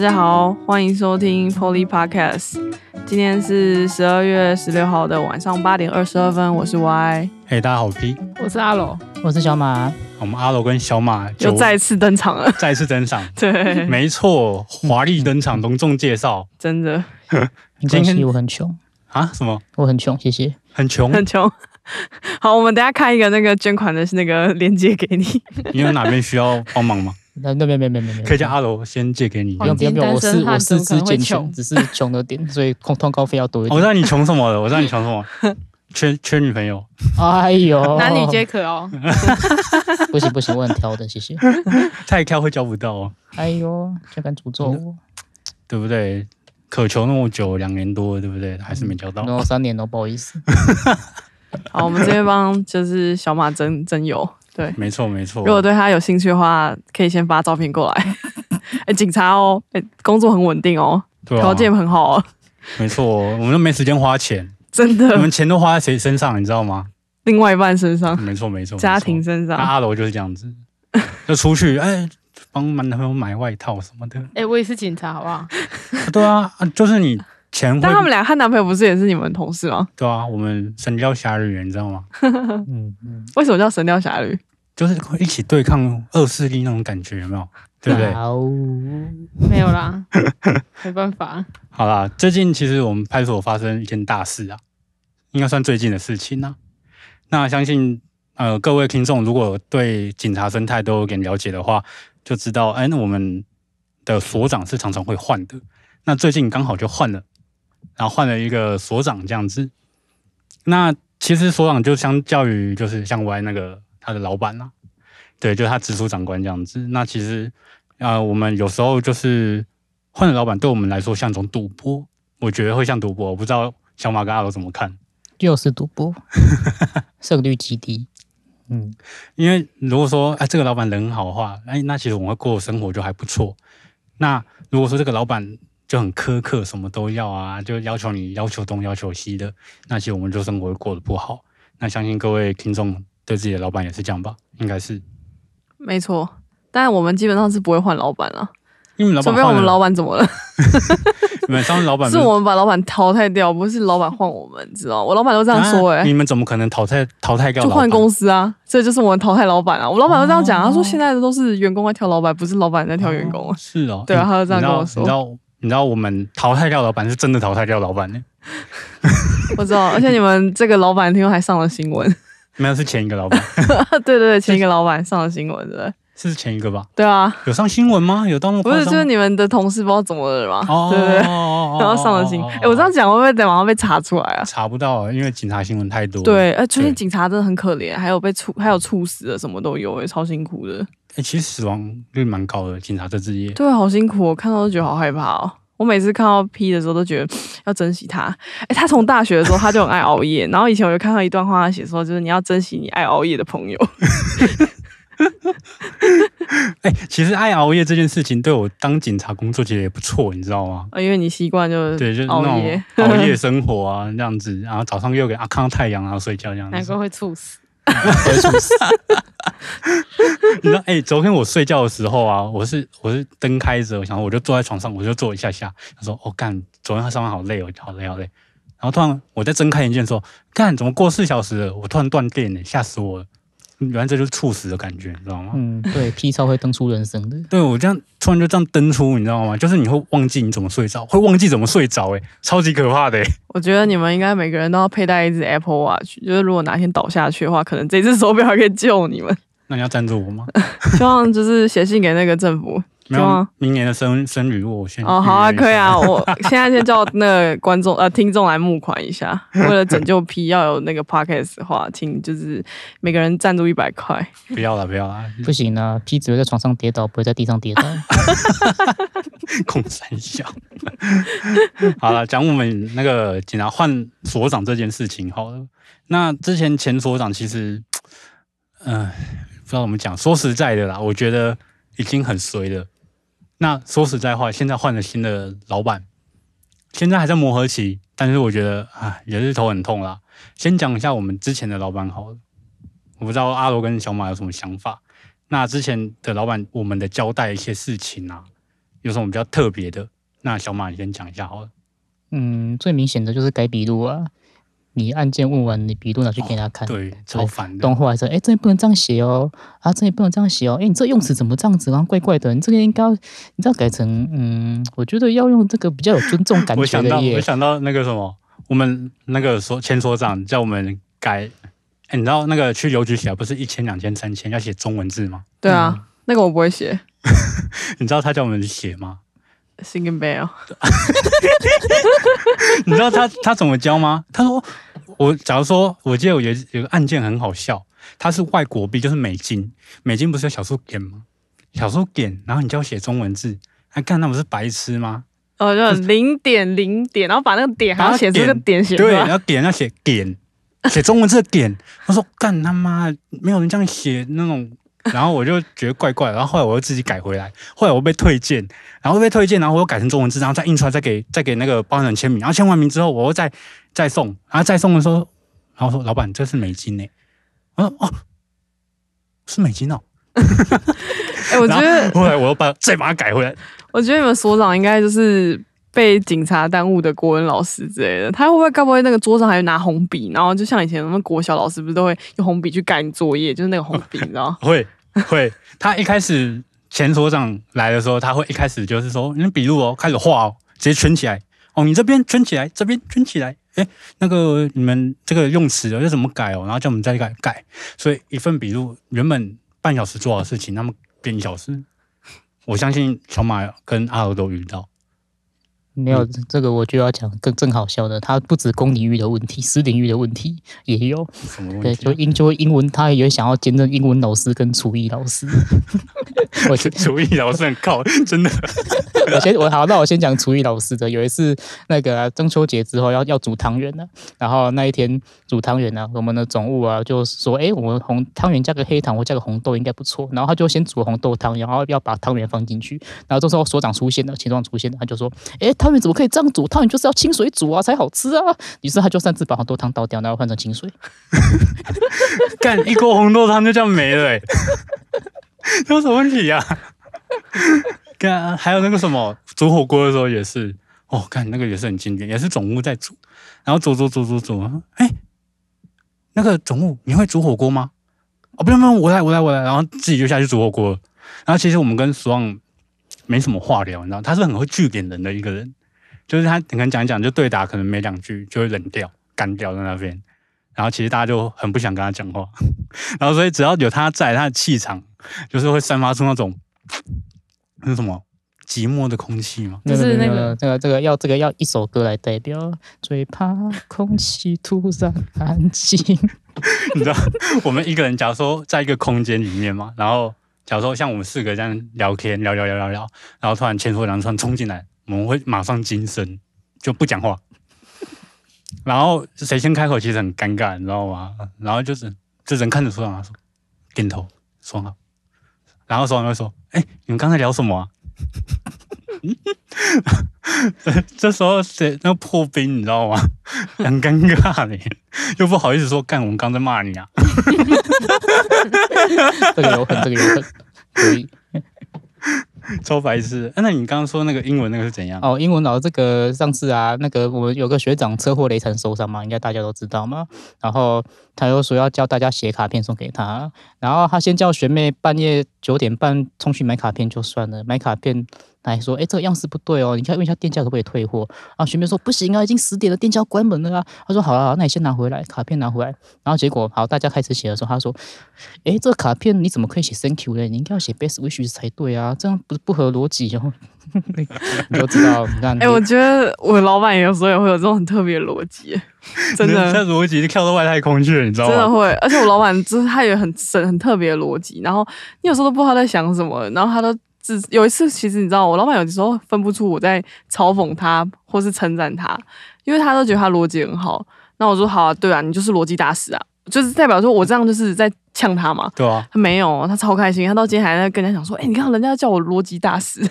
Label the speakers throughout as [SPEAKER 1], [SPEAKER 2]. [SPEAKER 1] 家好，欢迎收听 Polly Podcast。今天是十二月十六号的晚上八点二十二分，我是 Y，
[SPEAKER 2] 嘿、哎大家好，我是 P，
[SPEAKER 1] 我是阿龙，
[SPEAKER 3] 我是小马，
[SPEAKER 2] 我们阿楼跟小马
[SPEAKER 1] 又
[SPEAKER 2] 就
[SPEAKER 1] 再嗯次登场 了。
[SPEAKER 2] 再次登场，
[SPEAKER 1] 对，
[SPEAKER 2] 没错，华丽登场，隆重介绍
[SPEAKER 1] 真的
[SPEAKER 3] 没
[SPEAKER 2] 今
[SPEAKER 3] 关系，
[SPEAKER 2] 天
[SPEAKER 3] 我很穷，
[SPEAKER 2] 啊，什么
[SPEAKER 3] 我很穷，谢谢。
[SPEAKER 2] 很穷？
[SPEAKER 1] 很穷。 好，我们等一下看一个那个捐款的那个链接给 你。
[SPEAKER 2] 你有哪边需要帮忙吗？
[SPEAKER 3] 那那呃没没没没没，
[SPEAKER 2] 可以叫阿楼先借给你。
[SPEAKER 3] 不用不用不用，我是我四肢健全，只是穷了点，所以通通告费要多一
[SPEAKER 2] 我
[SPEAKER 3] 点。
[SPEAKER 2] 知道你穷什么了，我知道你穷什么，缺缺女朋友。
[SPEAKER 3] 哎呦，
[SPEAKER 4] 男女皆可哦。
[SPEAKER 3] 不行不行，我很挑的，谢谢。
[SPEAKER 2] 太挑会交不到哦，
[SPEAKER 3] 哎呦，竟敢诅咒
[SPEAKER 2] 嗯
[SPEAKER 3] 我！
[SPEAKER 2] 对不对？渴求那么久，两年多了，对不对？还是没交到
[SPEAKER 1] 嗯
[SPEAKER 3] 然。后三年哦，不好意思，
[SPEAKER 1] 好，我们这边帮就是小马征征友。对，
[SPEAKER 2] 没错没错
[SPEAKER 1] 如，果对他有兴趣的话，可以先发照片过来。 哎、警察哦，哎、工作很稳定哦，
[SPEAKER 2] 对啊
[SPEAKER 1] 条件很好哦，
[SPEAKER 2] 没错，我们都没时间 花钱，
[SPEAKER 1] 真
[SPEAKER 2] 我
[SPEAKER 1] 的。
[SPEAKER 2] 们钱都花在谁身上，你知道吗？
[SPEAKER 1] 另外一半身上，
[SPEAKER 2] 没错没错，没错
[SPEAKER 1] 家庭身
[SPEAKER 2] 那
[SPEAKER 1] 上，
[SPEAKER 2] 阿楼就是这样子，就出去哎，帮男朋友买外套什么的。啊
[SPEAKER 4] 哎、我也是警察，好不好？
[SPEAKER 2] 对啊，啊就是你钱
[SPEAKER 1] 但他们
[SPEAKER 2] 会
[SPEAKER 1] 俩和男朋友不是也是你们同事吗？
[SPEAKER 2] 对啊，我们《神雕侠侣》你知道吗？
[SPEAKER 3] 嗯嗯，
[SPEAKER 1] 为什么叫《神雕侠侣》？
[SPEAKER 2] 就是会一起对抗恶势力那种感觉，有没有？对不对？
[SPEAKER 1] 啊
[SPEAKER 3] 好，
[SPEAKER 4] 没有啦，没办法。
[SPEAKER 2] 好啦，最近其实我们派出所发生一件大事啊，应该算最近的事情啊。那相信呃各位听众如果对警察生态都有点了解的话，就知道哎，那我们的所长是常常会换的。那最近刚好就换了，然后换了一个所长这样子。那其实所长就相较于就是像我那个他的老板啦、对，就是他直属长官这样子。那其实啊、呃我们有时候就是换了老板，对我们来说像种赌博，我觉得会像赌博。我不知道小马跟阿罗怎么看，
[SPEAKER 3] 又是赌 博，胜率极低。嗯，
[SPEAKER 2] 因为如果说哎这个老板人很好的话，哎那其实我们过的生活就还不错。那如果说这个老板就很苛刻，什么都要啊，就要求你要求东要求西的，那其实我们就生活过得不好。那相信各位听众对自己的老板也是这样吧？应该是，
[SPEAKER 1] 没错，但我们基本上是不会换老板啊，
[SPEAKER 2] 因为老
[SPEAKER 1] 除
[SPEAKER 2] 板
[SPEAKER 1] 非我
[SPEAKER 2] 换
[SPEAKER 1] 们
[SPEAKER 2] 了
[SPEAKER 1] 老，板怎么了？
[SPEAKER 2] 你们上次老板
[SPEAKER 1] 是
[SPEAKER 2] 不
[SPEAKER 1] 我们把老板淘汰掉，不是老板换我们，你知道吗？我老板都这样说、欸，
[SPEAKER 2] 啊你们怎么可能淘汰淘汰掉
[SPEAKER 1] 就
[SPEAKER 2] 老板
[SPEAKER 1] 换公司啊，这就是我们淘汰老板啊。我老板都这样讲，他说现在的都是员工在挑老板，不是老板在挑员工
[SPEAKER 2] 哦。是哦，
[SPEAKER 1] 对啊
[SPEAKER 2] 你
[SPEAKER 1] 他就这样
[SPEAKER 2] 你知道
[SPEAKER 1] 跟我说
[SPEAKER 2] 你知道你知道我们淘汰掉老板是真的淘汰掉老板呢，
[SPEAKER 1] 我知道，而且你们这个老板听说还上了新闻，
[SPEAKER 2] 没有是前一个老板，
[SPEAKER 1] 对对对，前一个老板上了新闻，对不对？
[SPEAKER 2] 是前一个吧？
[SPEAKER 1] 对啊，
[SPEAKER 2] 有上新闻吗？有到那么
[SPEAKER 1] 不
[SPEAKER 2] 夸
[SPEAKER 1] 是
[SPEAKER 2] 张
[SPEAKER 1] 就是你们的同事不知道怎么了嘛，
[SPEAKER 2] 哦，
[SPEAKER 1] 对不对？
[SPEAKER 2] 哦
[SPEAKER 1] 然后上了新，哎、我这样
[SPEAKER 2] 道
[SPEAKER 1] 讲会不会等马上被查出来啊？
[SPEAKER 2] 查不到，因为警察新闻太多。
[SPEAKER 1] 对，哎、最近
[SPEAKER 2] 对
[SPEAKER 1] 警察真的很可怜，还有被处，还有猝死的，什么都有、哎，超辛苦的。
[SPEAKER 2] 哎，其实死亡率蛮高的，警察这职业。
[SPEAKER 1] 对，好辛苦哦，我看到都觉得好害怕哦。我每次看到 P 的时候都觉得要珍惜他。哎、他从大学的时候他就很爱熬 夜，然后以前我就看到一段话，他写说就是你要珍惜你爱熬夜的朋友。
[SPEAKER 2] 哎，其实爱熬夜这件事情对我当警察工作其实也不错，你知道吗？
[SPEAKER 1] 呃因为你习惯就
[SPEAKER 2] 对，就是那
[SPEAKER 1] 熬
[SPEAKER 2] 种
[SPEAKER 1] 夜，
[SPEAKER 2] 熬夜生活啊，这样子，然后早上又给啊看到太阳，然后睡觉这样子。
[SPEAKER 4] 难怪会猝死。
[SPEAKER 2] 你知道，哎、昨天我睡觉的时候啊，我是我是灯开着，我想说我就坐在床上，我就坐一下下。他说：“哦，干，昨天上班好累哦，好累好累。”然后突然我在睁开眼睛的时候，干，怎么过四小时了？我突然断电了，吓死我了！原来这就是猝死的感觉，你知道吗？
[SPEAKER 3] 嗯，对，P 超会登出人生的，
[SPEAKER 2] 对我这样突然就这样登出，你知道吗？就是你会忘记你怎么睡着，会忘记怎么睡着，哎，超级可怕的，哎，
[SPEAKER 1] 我觉得你们应该每个人都要佩戴一只 Apple Watch，就是如果哪天倒下去的话，可能这只手表还可以救你们。
[SPEAKER 2] 那你要赞助我吗？
[SPEAKER 1] 希望就是写信给那个政府，
[SPEAKER 2] 没
[SPEAKER 1] 有啊
[SPEAKER 2] 有，明年的生生日我先
[SPEAKER 1] 哦，好啊，
[SPEAKER 2] 预约一下
[SPEAKER 1] 可以啊，我现在先叫那个观众呃听众来募款一下， 为了拯救 P 要有那个 podcast 的话，请就是每个人赞助一百块。
[SPEAKER 2] 不要了，不要了，
[SPEAKER 3] 不行啊，P 只会在床上跌倒，不会在地上跌倒。
[SPEAKER 2] 空三小。好了，讲我们那个警察换所长这件事情好了。那之前前所长其实，嗯、不知道怎么讲。说实在的啦，我觉得已经很衰了。那说实在话，现在换了新的老板，现在还在磨合期，但是我觉得啊，也是头很痛啦。先讲一下我们之前的老板好了，我不知道阿罗跟小马有什么想法。那之前的老板，我们的交代一些事情啊，有什么比较特别的？那小马你先讲一下好了。
[SPEAKER 3] 嗯，最明显的就是改笔录啊，你案件问完，你笔录拿去给他看，
[SPEAKER 2] 哦对，超烦的
[SPEAKER 3] 动。画说：“哎、这也不能这样写哦，啊，这也不能这样写哦，哎，你这用词怎么这样子啊？怪怪的，你这个应该要，你这要改成，嗯，我觉得要用这个比较有尊重感
[SPEAKER 2] 我
[SPEAKER 3] 觉
[SPEAKER 2] 想到，
[SPEAKER 3] 的
[SPEAKER 2] 我
[SPEAKER 3] 耶。
[SPEAKER 2] 想到那个什么，我们那个说前所长叫我们改，哎，你知道那个去邮局写不是一千、两千、三千要写中文字吗？
[SPEAKER 1] 对啊，那个我不会写
[SPEAKER 2] 你知道他叫我们写吗？
[SPEAKER 1] ，Singing Bell，
[SPEAKER 2] 你知道他他怎么教吗？他说，我假如说，我记得我有一有个案件很好笑，他是外国币，就是美金，美金不是有小数点吗？小数点，然后你就要写中文字，哎、干那不是白痴吗？
[SPEAKER 1] 哦， 就零点零点，然后把那个点还要写出个点写出哎
[SPEAKER 2] 对，
[SPEAKER 1] 来，
[SPEAKER 2] 要点要写点，写中文字的点。他说干他妈没有人这样写那种，然后我就觉得怪怪的，然后后来我又自己改回来，后来我被退件，然后被退件，然后我又改成中文字，然后再印出来，再给再给那个保险人签名，然后签完名之后，我又再再送，然后再送的时候，然后说老板这是美金呢、我说哦是美金哦，
[SPEAKER 1] 哎，我觉
[SPEAKER 2] 然
[SPEAKER 1] 得
[SPEAKER 2] 后后来我又把再把它改回来，？
[SPEAKER 1] 我觉得你们所长应该就是被警察耽误的国文老师之类的，他会不会该不会那个桌上还拿红笔，然后就像以前我们国小老师不是都会用红笔去盖你作业，就是那个红笔，你知道
[SPEAKER 2] 会会， 他一开始前所长来的时候，他会一开始就是说，你笔录哦，开始画哦，直接圈起来哦，你这边圈起来，这边圈起来，哎，那个你们这个用词哦要怎么改哦，然后叫我们再改改，所以一份笔录原本半小时做好的事情，那么变一小时。我相信小马跟阿豪都遇到，
[SPEAKER 3] 没有
[SPEAKER 2] 嗯
[SPEAKER 3] 这个，我就要讲更更好笑的，它不止公领域的问题，私领域的问题也有。
[SPEAKER 2] 什么
[SPEAKER 3] 对，
[SPEAKER 2] 问题
[SPEAKER 3] 就
[SPEAKER 2] 啊？
[SPEAKER 3] 英就英文，他也想要兼任英文老师跟厨艺老师。我 觉
[SPEAKER 2] 主意老师很靠，真的
[SPEAKER 3] 我先我好，那我先讲厨艺老师的。有一次那个啊中秋节之后要要煮汤圆了，然后那一天煮汤圆呢，我们的总务啊就说，哎、我们红汤圆加个黑糖或加个红豆应该不错。然后他就先煮红豆汤，然后要把汤圆放进去。然后这时候所长出现了，秦壮出现了，他就说，哎、汤圆怎么可以这样煮？汤圆就是要清水煮啊才好吃啊。于是他就擅自把红豆汤倒掉，然后换成清水。
[SPEAKER 2] 干一锅红豆汤就这样没了、欸，有什么问题呀、啊？干还有那个什么煮火锅的时候也是，哦，干那个也是很经典，也是总务在煮，然后煮煮煮煮煮，哎、那个总务你会煮火锅吗？哦，不用不用，我来我来我来，然后自己就下去煮火锅了。然后其实我们跟苏旺没什么话聊，你知道，他是很会据点人的一个人，就是他可能讲一讲就对答，可能没两句就会冷掉、干掉在那边。然后其实大家就很不想跟他讲话，然后所以只要有他在，他的气场就是会散发出那种那是什么寂寞的空气嘛。
[SPEAKER 1] 就是那
[SPEAKER 3] 没
[SPEAKER 1] 个
[SPEAKER 3] 有没有没有这个这个要这个要一首歌来代表，最怕空气突然安静。
[SPEAKER 2] 你知道，我们一个人假如说在一个空间里面嘛，然后假如说像我们四个这样聊天，聊聊聊聊聊，然后突然千说两突然冲进来，我们会马上精神就不讲话，然后谁先开口其实很尴尬，你知道吗？然后就是这人看着说长他说点头说好，然后说长会说：“哎、你们刚才聊什么啊？” 这时候谁那破冰你知道吗？很尴尬嘞， 又不好意思说干，我们刚在骂你啊。
[SPEAKER 3] 这个有很，这个有很。对
[SPEAKER 2] 超白痴。啊那你刚刚说那个英文那个是怎样？
[SPEAKER 3] 哦，英文老师这个上次啊，那个我们有个学长车祸雷惨受伤嘛，应该大家都知道嘛。然后他又说要教大家写卡片送给他，然后他先叫学妹半夜九点半冲去买卡片就算了，买卡片他还说，哎、这个样式不对哦，你看问一下店家可不可以退货啊？学妹说不行啊，已经十点了，店家要关门了啊。他说好了、好啦那你先拿回来，卡片拿回来。然后结果好，大家开始写的时候，他说，哎、这个卡片你怎么可以写 thank you 嘞？你应该要写 best wishes 才对啊，这样不不合逻辑哦。 你都知道，你看，
[SPEAKER 1] 哎、我觉得我老板有时候也会有这种很特别的逻辑，真
[SPEAKER 2] 你这
[SPEAKER 1] 的。
[SPEAKER 2] 逻辑就跳到外太空去了，你知道
[SPEAKER 1] 真的
[SPEAKER 2] 吗？
[SPEAKER 1] 会，而且我老板就是他有很神很特别的逻辑，然后你有时候都不知道他在想什么，然后他都自有一次，其实你知道，我老板有时候分不出我在嘲讽他或是称赞他，因为他都觉得他逻辑很好。那我说好啊，对啊，你就是逻辑大师啊，就是代表说我这样就是在呛他嘛。
[SPEAKER 2] 对啊，
[SPEAKER 1] 他没有，他超开心，他到今天还在跟人家讲说，哎、你看人家叫我逻辑大师，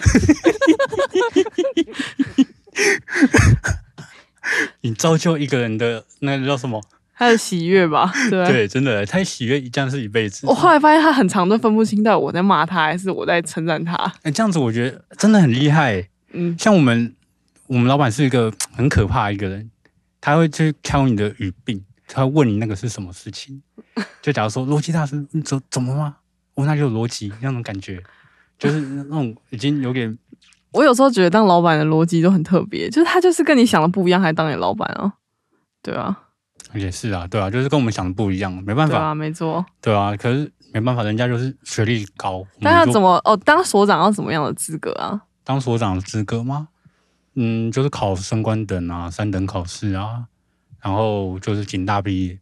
[SPEAKER 2] 你造就一个人的那个叫什么
[SPEAKER 1] 他的喜悦吧。
[SPEAKER 4] 对
[SPEAKER 2] 对，真的，他喜悦一这样是一辈子。
[SPEAKER 1] 我后来发现他很长都分不清到底我在骂他还是我在称赞他。
[SPEAKER 2] 哎，这样子我觉得真的很厉害欸。
[SPEAKER 1] 嗯，
[SPEAKER 2] 像我们，我们老板是一个很可怕的一个人，他会去敲你的语病，他会问你那个是什么事情。就假如说逻辑大师，你怎怎么了？我那里有逻辑那种感觉，就是那种已经有点
[SPEAKER 1] 我有时候觉得当老板的逻辑都很特别，就是他就是跟你想的不一样，还当你老板啊。对啊，
[SPEAKER 2] 也是啊，对啊，就是跟我们想的不一样，没办
[SPEAKER 1] 对
[SPEAKER 2] 法，
[SPEAKER 1] 啊，没错。
[SPEAKER 2] 对啊，可是没办法，人家就是学历高，
[SPEAKER 1] 但
[SPEAKER 2] 我
[SPEAKER 1] 要
[SPEAKER 2] 们就
[SPEAKER 1] 怎么哦？当所长要怎么样的资格啊？
[SPEAKER 2] 当所长的资格吗？嗯，就是考升官等啊，三等考试啊，然后就是警大毕业，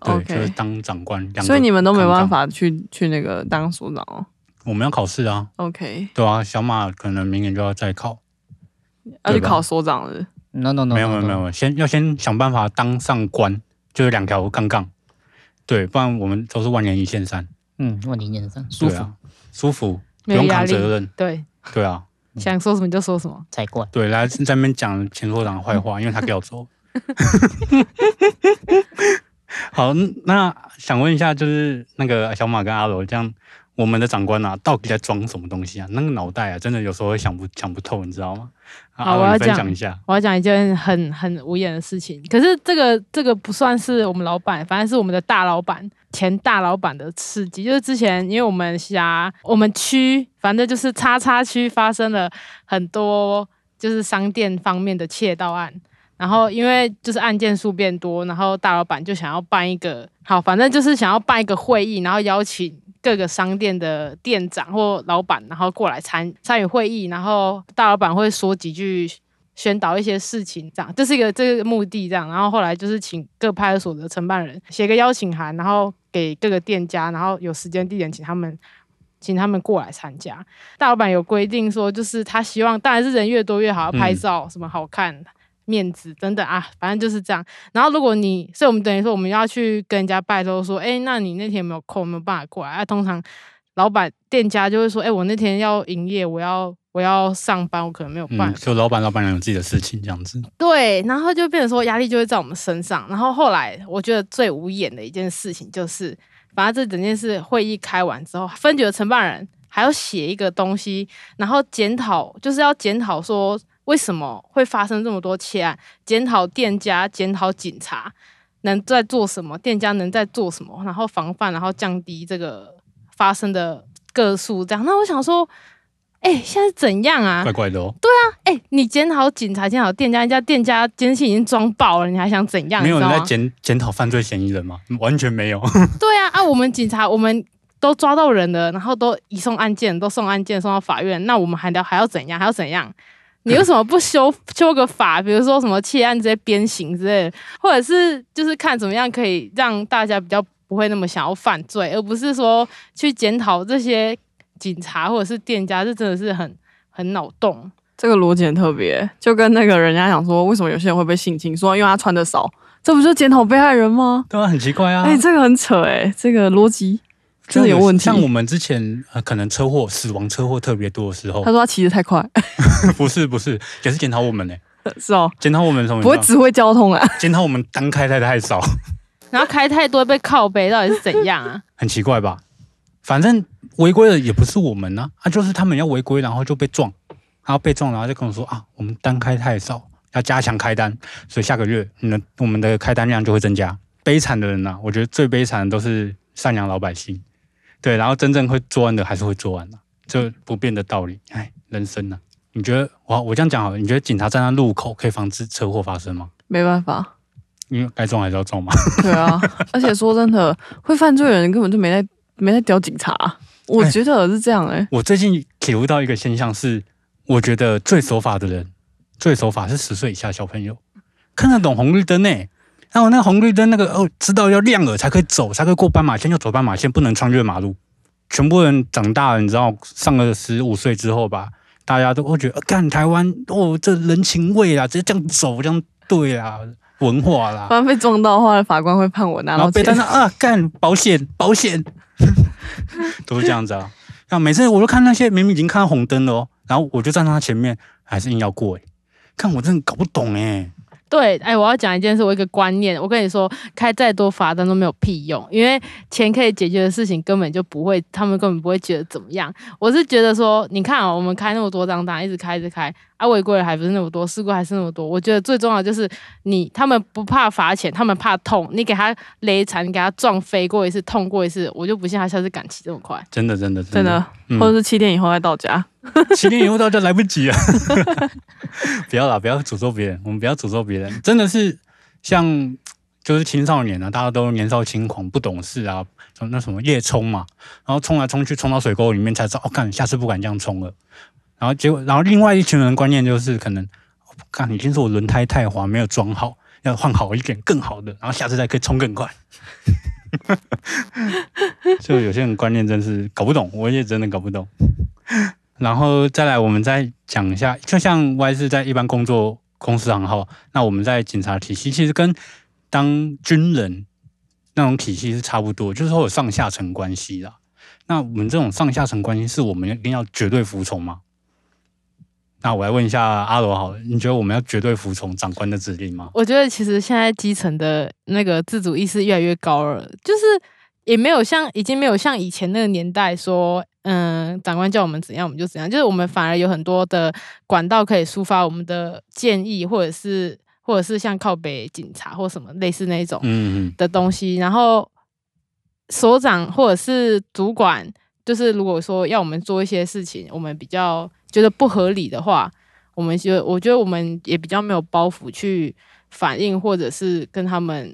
[SPEAKER 2] 对
[SPEAKER 1] OK
[SPEAKER 2] 就是当长官。两个
[SPEAKER 1] 所以你们都没办
[SPEAKER 2] 抗
[SPEAKER 1] 法去去那个当所长哦。
[SPEAKER 2] 战，我们要考试啊，
[SPEAKER 1] OK，
[SPEAKER 2] 对啊，小马可能明年就要再考，
[SPEAKER 1] 要去
[SPEAKER 2] 对吧
[SPEAKER 1] 考所长了。
[SPEAKER 3] No no no，
[SPEAKER 2] 没有没有没，
[SPEAKER 1] 嗯
[SPEAKER 2] 有，先要先想办法当上官，就是两条杠杠，对，不然我们都是万年一线三，
[SPEAKER 3] 嗯，问你念上舒
[SPEAKER 2] 对
[SPEAKER 3] 服
[SPEAKER 2] 啊，舒服，不
[SPEAKER 4] 没有
[SPEAKER 2] 用
[SPEAKER 4] 压
[SPEAKER 2] 扛
[SPEAKER 4] 力
[SPEAKER 2] 责任，
[SPEAKER 4] 对，
[SPEAKER 2] 对啊，
[SPEAKER 4] 想说什么就说什么，
[SPEAKER 3] 才怪。。
[SPEAKER 2] 对，来在那边讲前所长的坏话，因为他调走。 好，那想问一下，就是那个小马跟阿柔，这样我们的长官啊，到底在装什么东西啊？那个脑袋啊，真的有时候会想不想不透，你知道吗？啊
[SPEAKER 4] 好
[SPEAKER 2] 阿柔
[SPEAKER 4] 我要
[SPEAKER 2] 你分
[SPEAKER 4] 讲
[SPEAKER 2] 享一下。
[SPEAKER 4] 我要讲一件很很无言的事情，可是这个这个不算是我们老板，反正是我们的大老板前大老板的刺激。就是之前因为我们辖我们区，反正就是叉叉区发生了很多就是商店方面的窃盗案，然后因为就是案件数变多，然后大老板就想要办一个好，反正就是想要办一个会议，然后邀请各个商店的店长或老板，然后过来参参与会议，然后大老板会说几句宣导一些事情，这样这是一个这个目的这样。然后后来就是请各派出所的承办人写个邀请函，然后给各个店家，然后有时间地点请他们请他们过来参加。大老板有规定说，就是他希望当然是人越多越好，
[SPEAKER 2] 嗯
[SPEAKER 4] 拍照什么好看。面子等等啊，反正就是这样。然后如果你，所以我们等于说我们要去跟人家拜托说，哎、那你那天有没有空，有没有办法过来？啊，通常老板店家就会说，哎、我那天要营业，我要我要上班，我可能没有办法。
[SPEAKER 2] 嗯，就老板老板娘有自己的事情这样子，
[SPEAKER 4] 对，然后就变成说压力就会在我们身上。然后后来我觉得最无眼的一件事情就是，反正这整件事会议开完之后，分局的承办人还要写一个东西，然后检讨，就是要检讨说为什么会发生这么多窃案，检讨店家，检讨警察能在做什么，店家能在做什么，然后防范，然后降低这个发生的个数。这样，那我想说，哎、现在怎样啊？
[SPEAKER 2] 怪怪的哦。
[SPEAKER 4] 哎、你检讨警察、检讨店家，人家店家监视器已经装爆了，你还想怎样？
[SPEAKER 2] 没有
[SPEAKER 4] 你知
[SPEAKER 2] 人
[SPEAKER 4] 道
[SPEAKER 1] 啊
[SPEAKER 2] 在
[SPEAKER 4] 吗？
[SPEAKER 2] 检检讨犯罪嫌疑人吗？完 全没有。
[SPEAKER 4] 对啊，啊，我们警察我们都抓到人了，然后都移送案件，都送案件送到法院，那我们还要还要怎样？还要怎 样？你为什么不修修个法？比如说什么窃案直接鞭刑之类的，或者是就是看怎么样可以让大家比较不会那么想要犯罪，而不是说去检讨这些警察或者是店家，这真的是很很脑洞。
[SPEAKER 1] 这个逻辑很特别，就跟那个人家讲说，为什么有些人会被性侵，说因为他穿的少，这不就是检讨被害人吗？
[SPEAKER 2] 对啊，很奇怪啊。
[SPEAKER 1] 哎、这个很扯哎、这个逻辑真的有问题。
[SPEAKER 2] 像我们之前呃，可能车祸、死亡车祸特别多的时候
[SPEAKER 1] 他，说他骑得太快，
[SPEAKER 2] 不是不是，也是检讨我们呢、
[SPEAKER 1] 是哦，
[SPEAKER 2] 检讨我们什么？
[SPEAKER 1] 不会指挥交通啊。
[SPEAKER 2] 检讨我们单开太太少，
[SPEAKER 4] 然后开太多被靠背，到底是怎样啊？
[SPEAKER 2] 很奇怪吧？反正违规的也不是我们呐、啊，就是他们要违规，然后就被撞，然后被撞，然后就跟我说啊，我们单开太少，要加强开单，所以下个月你的我们的开单量就会增加。悲惨的人呐、我觉得最悲惨的都是善良老百姓，对，然后真正会作案的还是会作案的、这不变的道理。哎，人生呐、你觉得我我这样讲好了？你觉得警察站在路口可以防止车祸发生吗？
[SPEAKER 1] 没办法，
[SPEAKER 2] 因为该撞还是要撞嘛。
[SPEAKER 1] 对啊，而且说真的，会犯罪的人根本就没在没在屌警察、啊我觉得是这样哎、
[SPEAKER 2] 我最近体悟到一个现象是，我觉得最守法的人，最守法是十岁以下小朋友，看得懂红绿灯呢、然后那个红绿灯那个哦，知道要亮了才可以走，才可以过斑马线，要走斑马线，不能穿越马路。全部人长大了，你知道，上了十五岁之后吧，大家都会觉得，呃干、台湾哦，这人情味啊啦，直接这样走，这样对啦，文化啦
[SPEAKER 1] 不。然被撞到的话，法官会判我拿
[SPEAKER 2] 然后
[SPEAKER 1] 到
[SPEAKER 2] 被
[SPEAKER 1] 钱
[SPEAKER 2] 单。上啊，干保险保险， 都是这样子啊。然后每次我都看那些明明已经看欸到红灯了哦，然后我就站在他前面，还是硬要过哎、看我真的搞不懂哎、
[SPEAKER 4] 对，哎，我要讲一件事，我有一个观念，我跟你说，开再多罚单都没有屁用，因为钱可以解决的事情根本就不会，他们根本不会觉得怎么样。我是觉得说，你看、哦、我们开那么多张单，一直开一直开，啊，违规的还不是那么多，事故还是那么多。我觉得最重要的就是你，他们不怕罚钱，他们怕痛。你给他勒残，你给他撞飞过一次，痛过一次，我就不信他下次敢骑这么快。
[SPEAKER 2] 真的真的
[SPEAKER 1] 真的，
[SPEAKER 2] 嗯
[SPEAKER 1] 或者是七点以后再到家。
[SPEAKER 2] 七年以后到就来不及了。 不要啦，不要诅咒别人，我们不要诅咒别人。真的是像就是青少年啊，大家都年少轻狂、不懂事啊，什么那什么夜冲嘛，然后冲来冲去，冲到水沟里面才知道，哦，干，下次不敢这样冲了。然后结果，然后另外一群人的观念就是可能，哦干，已经是我轮胎太滑，没有装好，要换好一点更好的，然后下次再可以冲更快。 就有些人观念真是搞不懂，我也真的搞不懂。然后再来，我们再讲一下，就像 Y 是在一般工作公司行号，那我们在警察体系其实跟当军人那种体系是差不多，就是会有上下层关系啦。那我们这种上下层关系，是我们一定要绝对服从吗？那我来问一下阿罗好了，你觉得我们要绝对服从长官的指令吗？
[SPEAKER 4] 我觉得其实现在基层的那个自主意识越来越高了，就是也没有像已经没有像以前那个年代说，嗯，长官叫我们怎样我们就怎样，就是我们反而有很多的管道可以抒发我们的建议，或者是或者是像靠北警察或什么类似那一种，
[SPEAKER 2] 嗯嗯
[SPEAKER 4] 的东西，然后所长或者是主管，就是如果说要我们做一些事情，我们比较觉得不合理的话，我们就我觉得我们也比较没有包袱去反应，或者是跟他们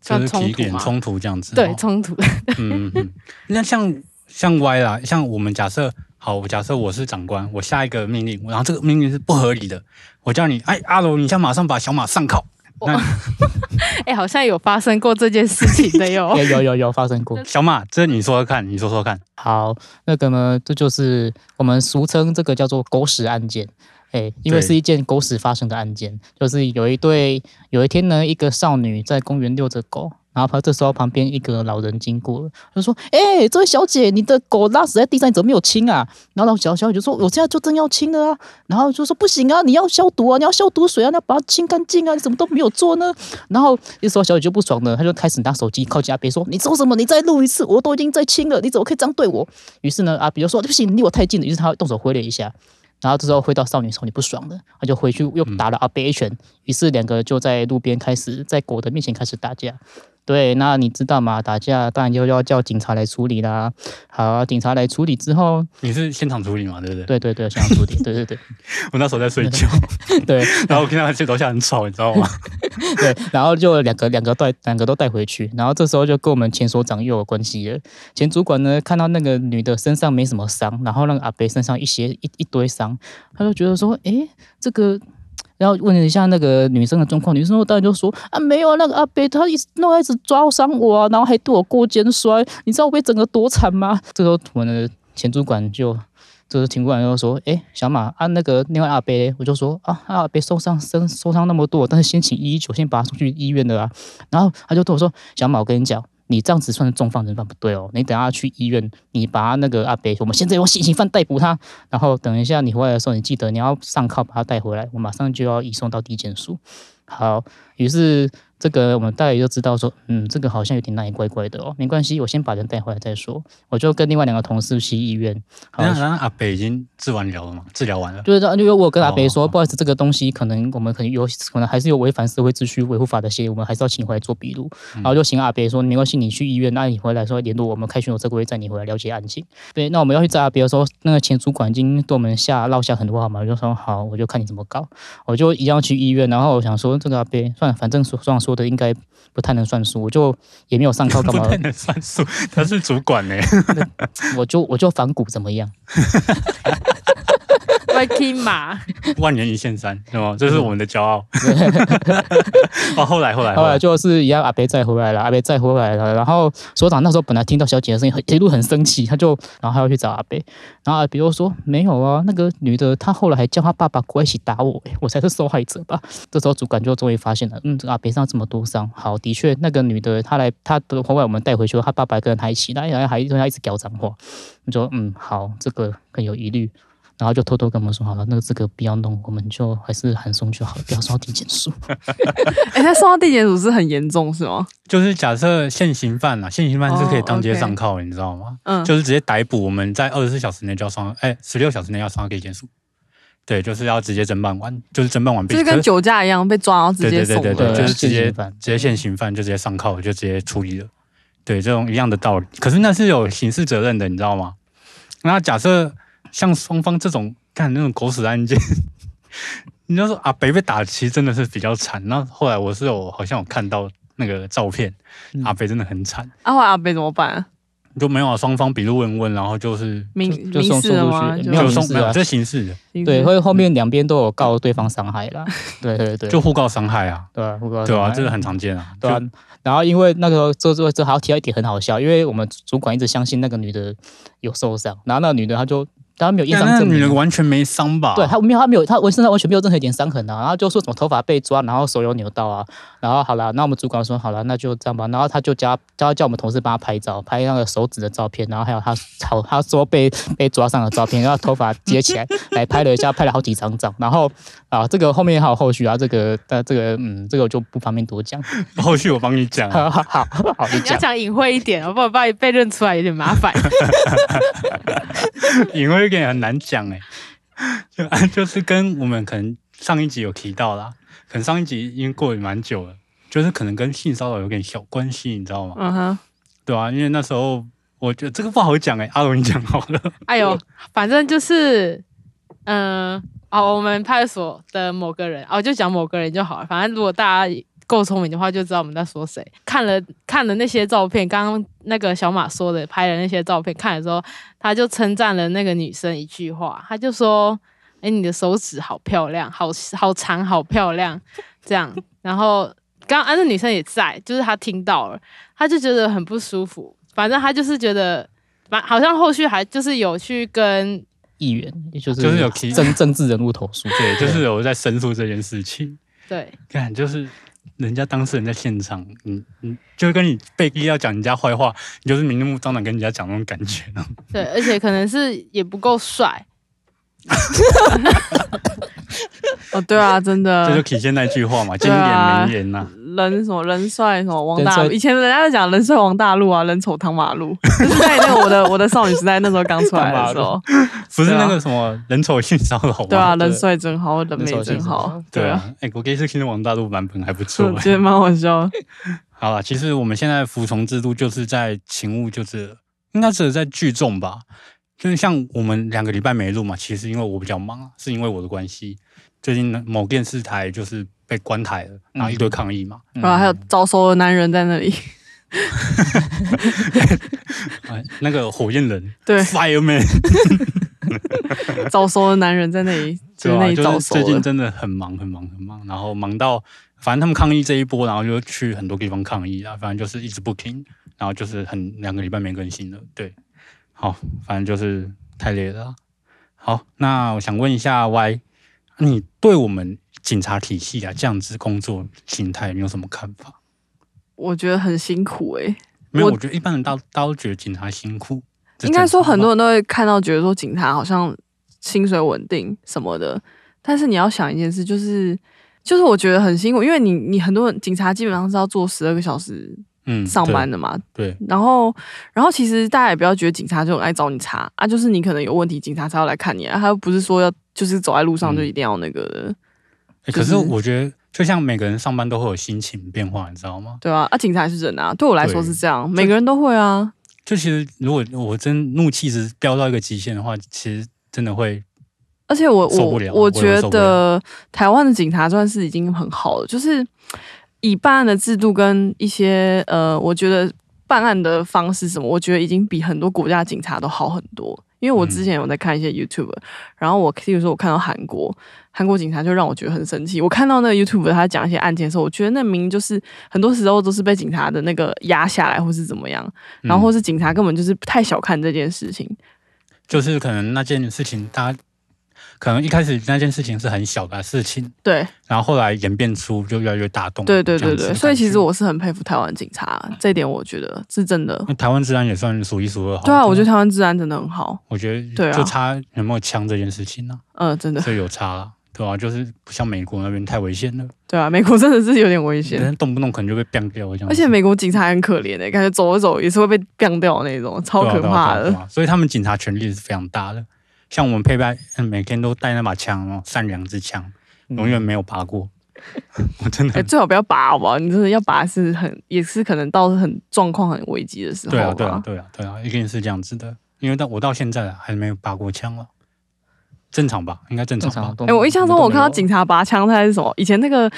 [SPEAKER 2] 就
[SPEAKER 4] 算
[SPEAKER 2] 是
[SPEAKER 4] 冲
[SPEAKER 2] 提
[SPEAKER 4] 突
[SPEAKER 2] 点
[SPEAKER 4] 嘛，
[SPEAKER 2] 冲突这样子。
[SPEAKER 4] 对
[SPEAKER 2] 哦
[SPEAKER 4] 冲突，
[SPEAKER 2] 嗯，嗯嗯，那像像歪啦，像我们假设好，我假设我是长官，我下一个命令，然后这个命令是不合理的，我叫你，哎，阿龙，你现在马上把小马上铐。那
[SPEAKER 4] 哎、好像有发生过这件事情的 哟
[SPEAKER 3] 有有有有发生 过。
[SPEAKER 2] 小马，这你说说看，你说说看，
[SPEAKER 3] 好，那个呢，这就是我们俗称这个叫做狗屎案件。哎，因
[SPEAKER 2] 对
[SPEAKER 3] 为是一件狗屎发生的案件，就是有一对有一天呢，一个少女在公园遛着狗，然后她这时候旁边一个老人经过了，就说：“哎、这位小姐，你的狗拉屎在地上，你怎么没有清啊？”然后老小小姐就说：“我现在就正要清了啊。”然后就说：“不行啊，你要消毒啊，你要消毒水啊，你要把它清干净啊，你怎么都没有做呢？”然后这时候小姐就不爽了，她就开始拿手机靠近阿北说：“你说什么？你再录一次，我都已经在清了，你怎么可以这样对我？”于是呢，阿啊比就说：“对不哎起，你离我太近了。”于是他动手挥了一下，然后这时候挥到少女手里不爽了，他就回去又打了阿啊北一拳。于是两个就在路边开始在狗的面前开始打架。对，那你知道吗？打架当然就要叫警察来处理啦。好啊，警察来处理之后，
[SPEAKER 2] 你是现场处理嘛，对不对？
[SPEAKER 3] 对对对，想要处理，对对对
[SPEAKER 2] 我那时候在睡觉，
[SPEAKER 3] 对
[SPEAKER 2] 然后我听到去楼下很吵，你知道吗？
[SPEAKER 3] 对，然后就两个两个带两个都带回去，然后这时候就跟我们前所长又有关系了。前主管呢看到那个女的身上没什么伤，然后那个阿北身上一些一一堆伤，他就觉得说，诶，这个。然后问了一下那个女生的状况，女生当然就说啊，没有啊，那个阿北他一直那个一直抓伤我啊，然后还对我过肩摔，你知道我被整个多惨吗？这时候我们的前主管就就是停过来就说：“哎，小马啊，那个另外阿伯嘞，我就说啊，啊阿伯受伤身受伤那么多，但是先请一一九，先把他送去医院的啊。”然后他就对我说：“小马，我跟你讲，你这样子算是重犯人犯不对哦，你等下去医院，你把他那个阿伯，我们现在用现行犯逮捕他，然后等一下你回来的时候，你记得你要上铐把他带回来，我马上就要移送到地检署。”好，于是这个我们大概就知道说，嗯，这个好像有点哪里怪怪的哦。没关系，我先把人带回来再说。我就跟另外两个同事去医院。 好
[SPEAKER 2] 然后然后阿北已经治完疗了嘛，治疗完了，
[SPEAKER 3] 就是因为我有跟阿北说，
[SPEAKER 2] 哦
[SPEAKER 3] 不好意思，这个东西可能我们可能有，可能还是有违反社会秩序维护法的嫌疑，我们还是要请回来做笔录。然后就请阿北说，没关系，你去医院，那你回来说联络我们开巡逻车规站，你回来了解案情。对，那我们要去找阿北的时候，那个前主管已经对我们下落下很多号码，我就说好，我就看你怎么搞，我就一样去医院。然后我想说，这个阿北算了，反正所上说的应该不太能算数，我就也没有上铐干
[SPEAKER 2] 不
[SPEAKER 3] 嘛，
[SPEAKER 2] 太能算数，他是主管呢、
[SPEAKER 3] 我就我就反骨怎么样？
[SPEAKER 4] Vicky 马，
[SPEAKER 2] 万年一线三，对吗？这是我们的骄傲。 哦，后来后来
[SPEAKER 3] 后来就是一样，阿北再回来了，阿北再回来了。然后所长那时候本来听到小姐的声音，很一路很生气，他就然后他要去找阿北，然后阿北又说没有啊，那个女的她后来还叫她爸爸过来一起打我、欸，我才是受害者吧。这时候主管就终于发现了，嗯，这个阿北身上这么多伤，好，的确那个女的她来，她的后来我们带回去，她爸爸跟她一起，然后还跟她一直讲脏话，你说嗯好，这个很有疑虑。然后就偷偷跟我们说好了，那个这个不要弄，我们就还是函送就好了，不要送到地检署。
[SPEAKER 1] 哎、他送到地检署是很严重是吗？
[SPEAKER 2] 就是假设现行犯啦，现行犯是可以当街上铐的，你知道吗？
[SPEAKER 1] 嗯，
[SPEAKER 2] 就是直接逮捕，我们在二十四小时内就要上，哎、十六小时内要上到给检署。对，就是要直接侦办完，就是侦办完毕。
[SPEAKER 1] 就是
[SPEAKER 2] 可
[SPEAKER 1] 跟
[SPEAKER 2] 是
[SPEAKER 1] 酒驾一样被抓，然后直
[SPEAKER 2] 对
[SPEAKER 1] 接
[SPEAKER 2] 对
[SPEAKER 1] 送
[SPEAKER 2] 对
[SPEAKER 1] 了。
[SPEAKER 2] 对对，
[SPEAKER 3] 对
[SPEAKER 2] 就是直接
[SPEAKER 3] 现行犯
[SPEAKER 2] 直接现行犯就直接上铐，就直接处理了。对，这种一样的道理。可是那是有刑事责任的，你知道吗？那假设像双方这种干那种狗屎案件， 你就说啊，北被打其实真的是比较惨。那后来我是有好像有看到那个照片，
[SPEAKER 3] 嗯
[SPEAKER 2] 阿北真的很惨，
[SPEAKER 1] 啊，后来阿北怎么办？
[SPEAKER 2] 就没有啊，双方笔录问问，然后就是
[SPEAKER 1] 民
[SPEAKER 3] 就
[SPEAKER 1] 民
[SPEAKER 3] 送
[SPEAKER 1] 事了
[SPEAKER 3] 送出
[SPEAKER 1] 吗？
[SPEAKER 3] 去
[SPEAKER 1] 就
[SPEAKER 3] 没有
[SPEAKER 2] 就
[SPEAKER 3] 刑
[SPEAKER 2] 送
[SPEAKER 3] 事
[SPEAKER 2] 没有
[SPEAKER 3] 啊
[SPEAKER 2] 这刑事的，
[SPEAKER 1] 刑
[SPEAKER 3] 对，
[SPEAKER 1] 事
[SPEAKER 3] 会后面两边都有告对方伤害啦。对对
[SPEAKER 2] 嗯
[SPEAKER 3] 对，
[SPEAKER 2] 就互告伤害啊，
[SPEAKER 3] 对啊，互告
[SPEAKER 2] 对
[SPEAKER 3] 伤
[SPEAKER 2] 啊，
[SPEAKER 3] 害
[SPEAKER 2] 这个很常见啊，
[SPEAKER 3] 对啊
[SPEAKER 2] 就，
[SPEAKER 3] 然后因为那个时候这这这还要提到一点很好笑，因为我们主管一直相信那个女的有受伤，然后那个女的她就她没有验
[SPEAKER 2] 但
[SPEAKER 3] 伤
[SPEAKER 2] 那
[SPEAKER 3] 证
[SPEAKER 2] 女
[SPEAKER 3] 明
[SPEAKER 2] 人
[SPEAKER 3] 啊，
[SPEAKER 2] 完全没伤吧？
[SPEAKER 3] 对她没有她没有她我身上完全没有任何一点伤痕啊，然后就说什么头发被抓，然后手有扭到啊，然后好了，那我们主管说好了，那就这样吧，然后他就叫叫叫我们同事帮他拍照，拍那个手指的照片，然后还有他头他说被被抓伤的照片，然后头发接起来来拍了一下，拍了好几张照，然后啊这个后面还有后续啊，这个但这个嗯这个我就不方便多讲，
[SPEAKER 2] 后续我帮你 讲啊、
[SPEAKER 3] 好好好好你
[SPEAKER 4] 你要
[SPEAKER 3] 讲。
[SPEAKER 4] 讲隐晦一点哦，不然被被认出来有点麻烦。
[SPEAKER 2] 隐晦一点很难讲哎、就 就是跟我们可能上一集有提到啦，可能上一集已经过得蛮久了，就是可能跟性骚扰有点小关系，你知道吗？
[SPEAKER 1] 嗯哼，
[SPEAKER 2] 对啊，因为那时候我觉得这个不好讲哎、阿龙你讲好 了，
[SPEAKER 4] 哎呦，反正就是，嗯、哦，我们派出所的某个人，哦，就讲某个人就好了。反正如果大家够聪明的话，就知道我们在说谁。看了看了那些照片，刚刚那个小马说的拍的那些照片，看的时候，他就称赞了那个女生一句话，他就说：“哎，你的手指好漂亮，好好长，好漂亮。”这样，然后刚刚、啊、那女生也在，就是她听到了，她就觉得很不舒服。反正她就是觉得，反好像后续还就是有去跟
[SPEAKER 3] 议员，就是
[SPEAKER 2] 就是有提
[SPEAKER 3] 政政治人物投诉，
[SPEAKER 2] 对，就是有在申诉这件事情，
[SPEAKER 4] 对
[SPEAKER 2] 看就是。人家当事人在现场，你你就跟你被逼要讲人家坏话，你就是明目张胆跟人家讲那种感觉
[SPEAKER 1] 嗯
[SPEAKER 2] 呢。
[SPEAKER 4] 对，而且可能是也不够帅，
[SPEAKER 1] 哦对啊，真
[SPEAKER 2] 这就
[SPEAKER 1] 的，
[SPEAKER 2] 体现那句话嘛，经
[SPEAKER 1] 对
[SPEAKER 2] 典
[SPEAKER 1] 啊
[SPEAKER 2] 名言呐、
[SPEAKER 1] 人什么人帅什么王大
[SPEAKER 3] 人
[SPEAKER 1] 陆，
[SPEAKER 3] 帅
[SPEAKER 1] 以前人家在讲人帅王大陆啊，人丑唐马路， 就是在那个我的我的少女时代那时候刚出来的时候，
[SPEAKER 2] 不是
[SPEAKER 1] 对啊
[SPEAKER 2] 那个什么人丑性骚扰吗？
[SPEAKER 1] 对啊，
[SPEAKER 3] 对
[SPEAKER 1] 人帅真好，人
[SPEAKER 3] 人
[SPEAKER 1] 美
[SPEAKER 3] 丑性
[SPEAKER 1] 真好，
[SPEAKER 2] 对，啊，哎、我第一次听王大陆版本还不错、哎
[SPEAKER 1] 我觉得蛮好笑
[SPEAKER 2] 嗯
[SPEAKER 1] 的。
[SPEAKER 2] 好了，其实我们现在服从制度就是在勤务，就是应该只有在聚众吧。就是像我们两个礼拜没录嘛，其实因为我比较忙，啊是因为我的关系。最近呢某电视台就是被关台了，然后一堆抗议嘛。
[SPEAKER 3] 嗯
[SPEAKER 1] 啊然后还有招收的男人在那里，
[SPEAKER 2] 哎那个火焰人，
[SPEAKER 1] 对
[SPEAKER 2] ，Fireman，
[SPEAKER 1] 招收的男人在那里，就
[SPEAKER 2] 对
[SPEAKER 1] 是那
[SPEAKER 2] 啊，
[SPEAKER 1] 里招
[SPEAKER 2] 就是
[SPEAKER 1] 收
[SPEAKER 2] 最近
[SPEAKER 1] 的。
[SPEAKER 2] 真的很忙很忙很忙，然后忙到反正他们抗议这一波，然后就去很多地方抗议啊，反正就是一直不停，然后就是很两个礼拜没更新了。对，好，反正就是太累了啊。好，那我想问一下 Y，你对我们警察体系啊这样子工作形态你有什么看法？
[SPEAKER 1] 我觉得很辛苦欸诶、
[SPEAKER 2] 没有，
[SPEAKER 1] 我
[SPEAKER 2] 我觉得一般人大大家都觉得警察辛苦，这
[SPEAKER 1] 应该说
[SPEAKER 2] 正常
[SPEAKER 1] 很
[SPEAKER 2] 吧
[SPEAKER 1] 多人都会看到，觉得说警察好像薪水稳定什么的，但是你要想一件事，就是就是我觉得很辛苦，因为你你很多人警察基本上是要做十二个小时
[SPEAKER 2] 嗯
[SPEAKER 1] 上班
[SPEAKER 2] 对
[SPEAKER 1] 的嘛，
[SPEAKER 2] 对
[SPEAKER 1] 然后然后其实大家也不要觉得警察就很爱找你查啊，就是你可能有问题，警察才要来看你啊，他又不是说要就是走在路上
[SPEAKER 2] 嗯
[SPEAKER 1] 就一定要那个的，
[SPEAKER 2] 诶可
[SPEAKER 1] 就是是
[SPEAKER 2] 我觉得就像每个人上班都会有心情变化，你知道吗？
[SPEAKER 1] 对啊，啊警察也是人啊，对我来说
[SPEAKER 2] 对
[SPEAKER 1] 是这样，每个人都会啊，
[SPEAKER 2] 就其实，如果我真怒气值飙到一个极限的话，其实真的会
[SPEAKER 1] 而且我
[SPEAKER 2] 受不
[SPEAKER 1] 我
[SPEAKER 2] 了啊我
[SPEAKER 1] 我
[SPEAKER 2] 也会
[SPEAKER 1] 觉
[SPEAKER 2] 受不
[SPEAKER 1] 得台湾的警察算是已经很好了，就是以办案的制度跟一些呃，我觉得办案的方式什么，我觉得已经比很多国家的警察都好很多。因为我之前有在看一些 YouTube，、然后我譬如说我看到韩国韩国警察就让我觉得很生气。我看到那个 YouTube 他讲一些案件的时候，我觉得那明明就是很多时候都是被警察的那个压下来，或是怎么样，
[SPEAKER 2] 嗯
[SPEAKER 1] 然后或是警察根本就是太小看这件事情。
[SPEAKER 2] 就是可能那件事情，大家可能一开始那件事情是很小的事情，
[SPEAKER 1] 对
[SPEAKER 2] 然后后来演变出就越来越大动。
[SPEAKER 1] 对对
[SPEAKER 2] 这样
[SPEAKER 1] 对
[SPEAKER 2] 子的
[SPEAKER 1] 对，
[SPEAKER 2] 感
[SPEAKER 1] 所以其
[SPEAKER 2] 觉
[SPEAKER 1] 实我是很佩服台湾警察啊这一点，我觉得是真的。
[SPEAKER 2] 那台湾治安也算数一数二好。
[SPEAKER 1] 对啊，我觉得
[SPEAKER 2] 得
[SPEAKER 1] 台湾治安真的很好，
[SPEAKER 2] 我觉得
[SPEAKER 1] 对啊
[SPEAKER 2] 就差有没有枪这件事情呢、
[SPEAKER 1] 嗯、真的，
[SPEAKER 2] 所以有差啦。对啊，就是不像美国那边太危险了，
[SPEAKER 1] 对啊，美国真的是有点危险。
[SPEAKER 2] 人动不动可能就被干掉这样子。
[SPEAKER 1] 而且美国警察很可怜的、欸感觉走着走也是会被干掉的那种，超
[SPEAKER 2] 对啊
[SPEAKER 1] 可
[SPEAKER 2] 对啊
[SPEAKER 1] 怕
[SPEAKER 2] 对啊
[SPEAKER 1] 的。
[SPEAKER 2] 对啊所以他们警察权力是非常大的。像我们配备嗯每天都带那把枪哦，善良之枪，永远没有拔过。我真的
[SPEAKER 1] 哎、
[SPEAKER 2] 很
[SPEAKER 1] 最好不要拔好不好？你真的要拔是很，也是可能到很状况很危机的时候
[SPEAKER 2] 对啊，对
[SPEAKER 1] 嗯吧
[SPEAKER 2] 啊，对啊，对啊，一定是这样子的。因为到我到现在还没有拔过枪了，正常吧？应该正
[SPEAKER 3] 正
[SPEAKER 2] 常吧
[SPEAKER 3] 常？都
[SPEAKER 1] 哎、我印象中我看到警
[SPEAKER 3] 察
[SPEAKER 1] 察拔枪，他是什么？以前那个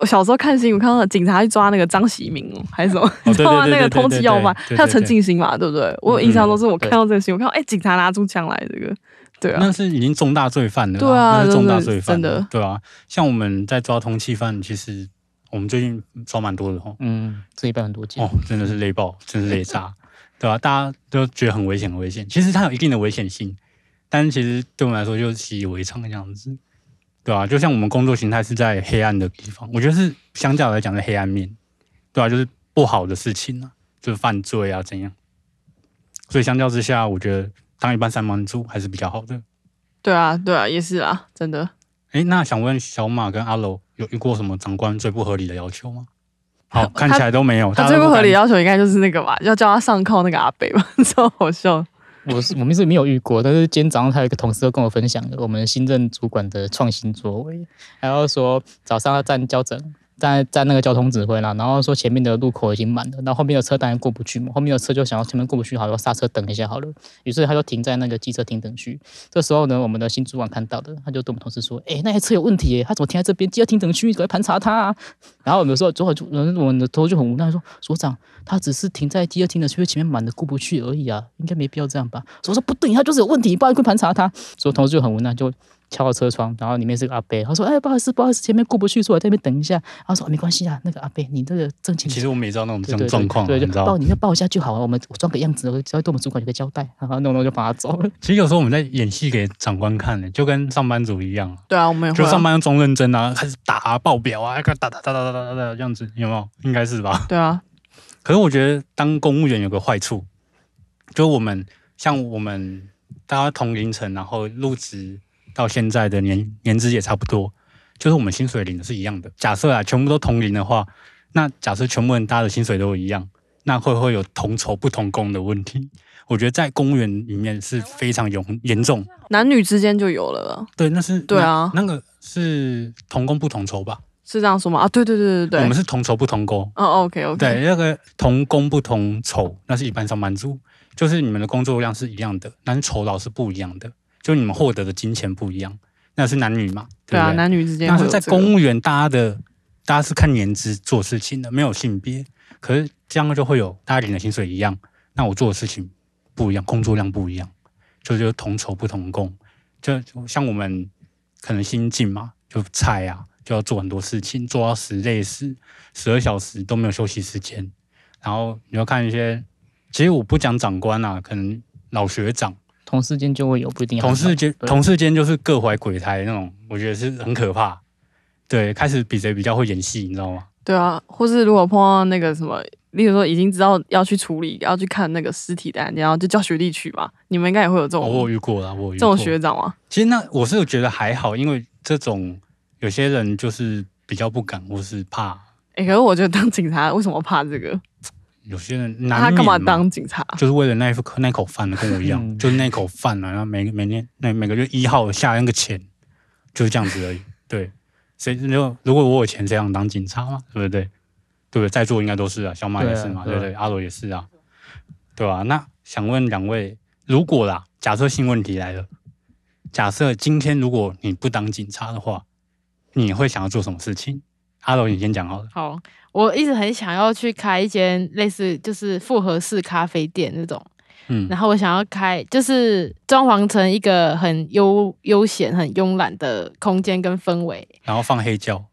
[SPEAKER 1] 我小时候看新闻看到警察去抓那个张喜明哦还是什么， 你知道吗？
[SPEAKER 2] 对对对
[SPEAKER 1] 那个
[SPEAKER 2] 对对
[SPEAKER 1] 通缉要犯，
[SPEAKER 2] 对对对
[SPEAKER 1] 还有陈进兴嘛，对不对？我有印象中是我看到这个新闻，看到哎、警察拿出枪来，这个对啊，
[SPEAKER 2] 那是已经重大罪犯了啦，
[SPEAKER 1] 对啊
[SPEAKER 2] 那是重大
[SPEAKER 1] 真的
[SPEAKER 2] 罪犯了，
[SPEAKER 1] 真的
[SPEAKER 2] 对啊。像我们在抓通缉犯，其实我们最近抓蛮多的哦，
[SPEAKER 3] 嗯，这一半很多件
[SPEAKER 2] 哦，，真的是累 爆，真是累炸，对吧、大家都觉得很危险，很危险。其实它有一定的危险性，但是其实对我们来说就是习以为常的样子，对吧、就像我们工作形态是在黑暗的地方，我觉得是相较来讲的黑暗面，对吧、就是不好的事情啊，就是犯罪啊怎样。所以相较之下，我觉得当一般上班族还是比较好的。
[SPEAKER 1] 对啊，对啊，也是啊，真的。
[SPEAKER 2] 诶，那想问小马跟阿楼有遇过什么长官最不合理的要求吗？好，看起来都没有，
[SPEAKER 1] 他
[SPEAKER 2] 大家
[SPEAKER 1] 最
[SPEAKER 2] 都
[SPEAKER 1] 不合
[SPEAKER 2] 敢
[SPEAKER 1] 理的要求应该就是那个吧，要叫他上铐那个阿北吧， 超好笑。
[SPEAKER 3] 我是我们是没有遇过，但是今天早上还有一个同事都跟我分享了我们新任主管的创新作为，然后说早上要站交整。站站那个交通指挥啦，然后说前面的路口已经满了，然后后面的车当然过不去嘛，后面的车就想要前面过不去，好了刹车等一下好了，于是他就停在那个机车停等区。这时候呢，我们的新主管看到的，他就对我们同事说：“哎、那台车有问题耶，他怎么停在这边？机车停等区，赶快盘查他、啊。”然后我们说，主管就嗯我们的头就很无奈说：“所长，他只是停在第二厅的，所以前面满的过不去而已啊，应该没必要这样吧？所以我说不对，他就是有问题，不然去盘查他。所以同事就很无奈，就敲到车窗，然后里面是个阿伯，他说：“哎，不好意思，不好意思，前面过不去，所以我在那边等一下。”他说：“没关系啊，那个阿伯，你这个证件
[SPEAKER 2] 其实我们也知道那种这
[SPEAKER 3] 对
[SPEAKER 2] 种
[SPEAKER 3] 对
[SPEAKER 2] 状况啊，
[SPEAKER 3] 对，
[SPEAKER 2] 你
[SPEAKER 3] 就
[SPEAKER 2] 知道
[SPEAKER 3] 报
[SPEAKER 2] 吗。
[SPEAKER 3] 你就报一下就好了，我们我装个样子，我只要对我们主管有个交代，然后弄弄就把他走了。
[SPEAKER 2] 其实有时候我们在演戏给长官看的，就跟上班族一样啊，
[SPEAKER 1] 对啊，我们也 会、
[SPEAKER 2] 就
[SPEAKER 1] 啊、
[SPEAKER 2] 上班要装认真啊，开始打啊、报表啊，开始打打打打打打打打这样子，有没有？应该是吧。
[SPEAKER 1] 对啊，
[SPEAKER 2] 可是我觉得当公务员有个坏处，就是我们像我们大家同龄层，然后入职到现在的年年资也差不多，就是我们薪水领的是一样的。假设啊，全部都同龄的话，那假设全部人大家的薪水都一样，那会不会有同酬不同工的问题？我觉得在公务员里面是非常严严重。
[SPEAKER 1] 男女之间就有了啦，
[SPEAKER 2] 对，那是
[SPEAKER 1] 对啊
[SPEAKER 2] 那那个是同工不同酬吧？
[SPEAKER 1] 是这样说吗？啊，对对对对对，
[SPEAKER 2] 我们是同酬不同工。
[SPEAKER 1] 哦，OK OK，
[SPEAKER 2] 对，那个同工不同酬，那是一般上班族，就是你们的工作量是一样的，但是酬劳是不一样的，就你们获得的金钱不一样，那是男女嘛，
[SPEAKER 1] 对
[SPEAKER 2] 不对？
[SPEAKER 1] 啊，男女之间
[SPEAKER 2] 但
[SPEAKER 1] 会
[SPEAKER 2] 是
[SPEAKER 1] 有
[SPEAKER 2] 在
[SPEAKER 1] 这个
[SPEAKER 2] 公务员，大家的大家是看年资做事情的，没有性别。可是这样就会有大家领的薪水一样，那我做的事情不一样，工作量不一样，就就同酬不同工。就就像我们可能新进嘛，就菜啊，就要做很多事情，做到十累死，十二小时都没有休息时间。然后你要看一些，其实我不讲长官啊，可能老学长。
[SPEAKER 3] 同事间就会有不一定要
[SPEAKER 2] 同事间
[SPEAKER 3] 对
[SPEAKER 2] 同事间就是各怀鬼胎那种，我觉得是很可怕。对，开始比谁比较会演戏，你知道吗？
[SPEAKER 1] 对啊，或是如果碰到那个什么，例如说已经知道要去处理，要去看那个尸体的案件，然后就叫学弟去嘛，你们应该也会有这种、
[SPEAKER 2] 哦、我有遇过啦，我有遇
[SPEAKER 1] 这
[SPEAKER 2] 过
[SPEAKER 1] 种学长嘛，
[SPEAKER 2] 其实那我是觉得还好，因为这种有些人就是比较不敢或是怕，
[SPEAKER 1] 哎、可是我觉得当警察为什么怕这个？
[SPEAKER 2] 有些人难
[SPEAKER 1] 他
[SPEAKER 2] 免啊
[SPEAKER 1] 干嘛
[SPEAKER 2] 嘛
[SPEAKER 1] 当警察？
[SPEAKER 2] 就是为了那一口那口饭的，跟我一样，
[SPEAKER 3] 嗯
[SPEAKER 2] 就是那口饭啊，然后每每年那每个月一号下那个钱，就是这样子而已。对，谁就如果我有钱，谁想当警察嘛？对不对？对不对？在座应该都是啊，小马也是嘛，对
[SPEAKER 3] 对啊
[SPEAKER 2] 不对？阿罗也是啊，对吧、那想问两位，如果啦，假设性问题来了，假设今天如果你不当警察的话，你会想要做什么事情？阿罗，你先讲好了。
[SPEAKER 4] 好，我一直很想要去开一间类似就是复合式咖啡店那种，
[SPEAKER 2] 嗯，
[SPEAKER 4] 然后我想要开就是装潢成一个很悠悠闲、很慵懒的空间跟氛围，
[SPEAKER 2] 然后放黑胶，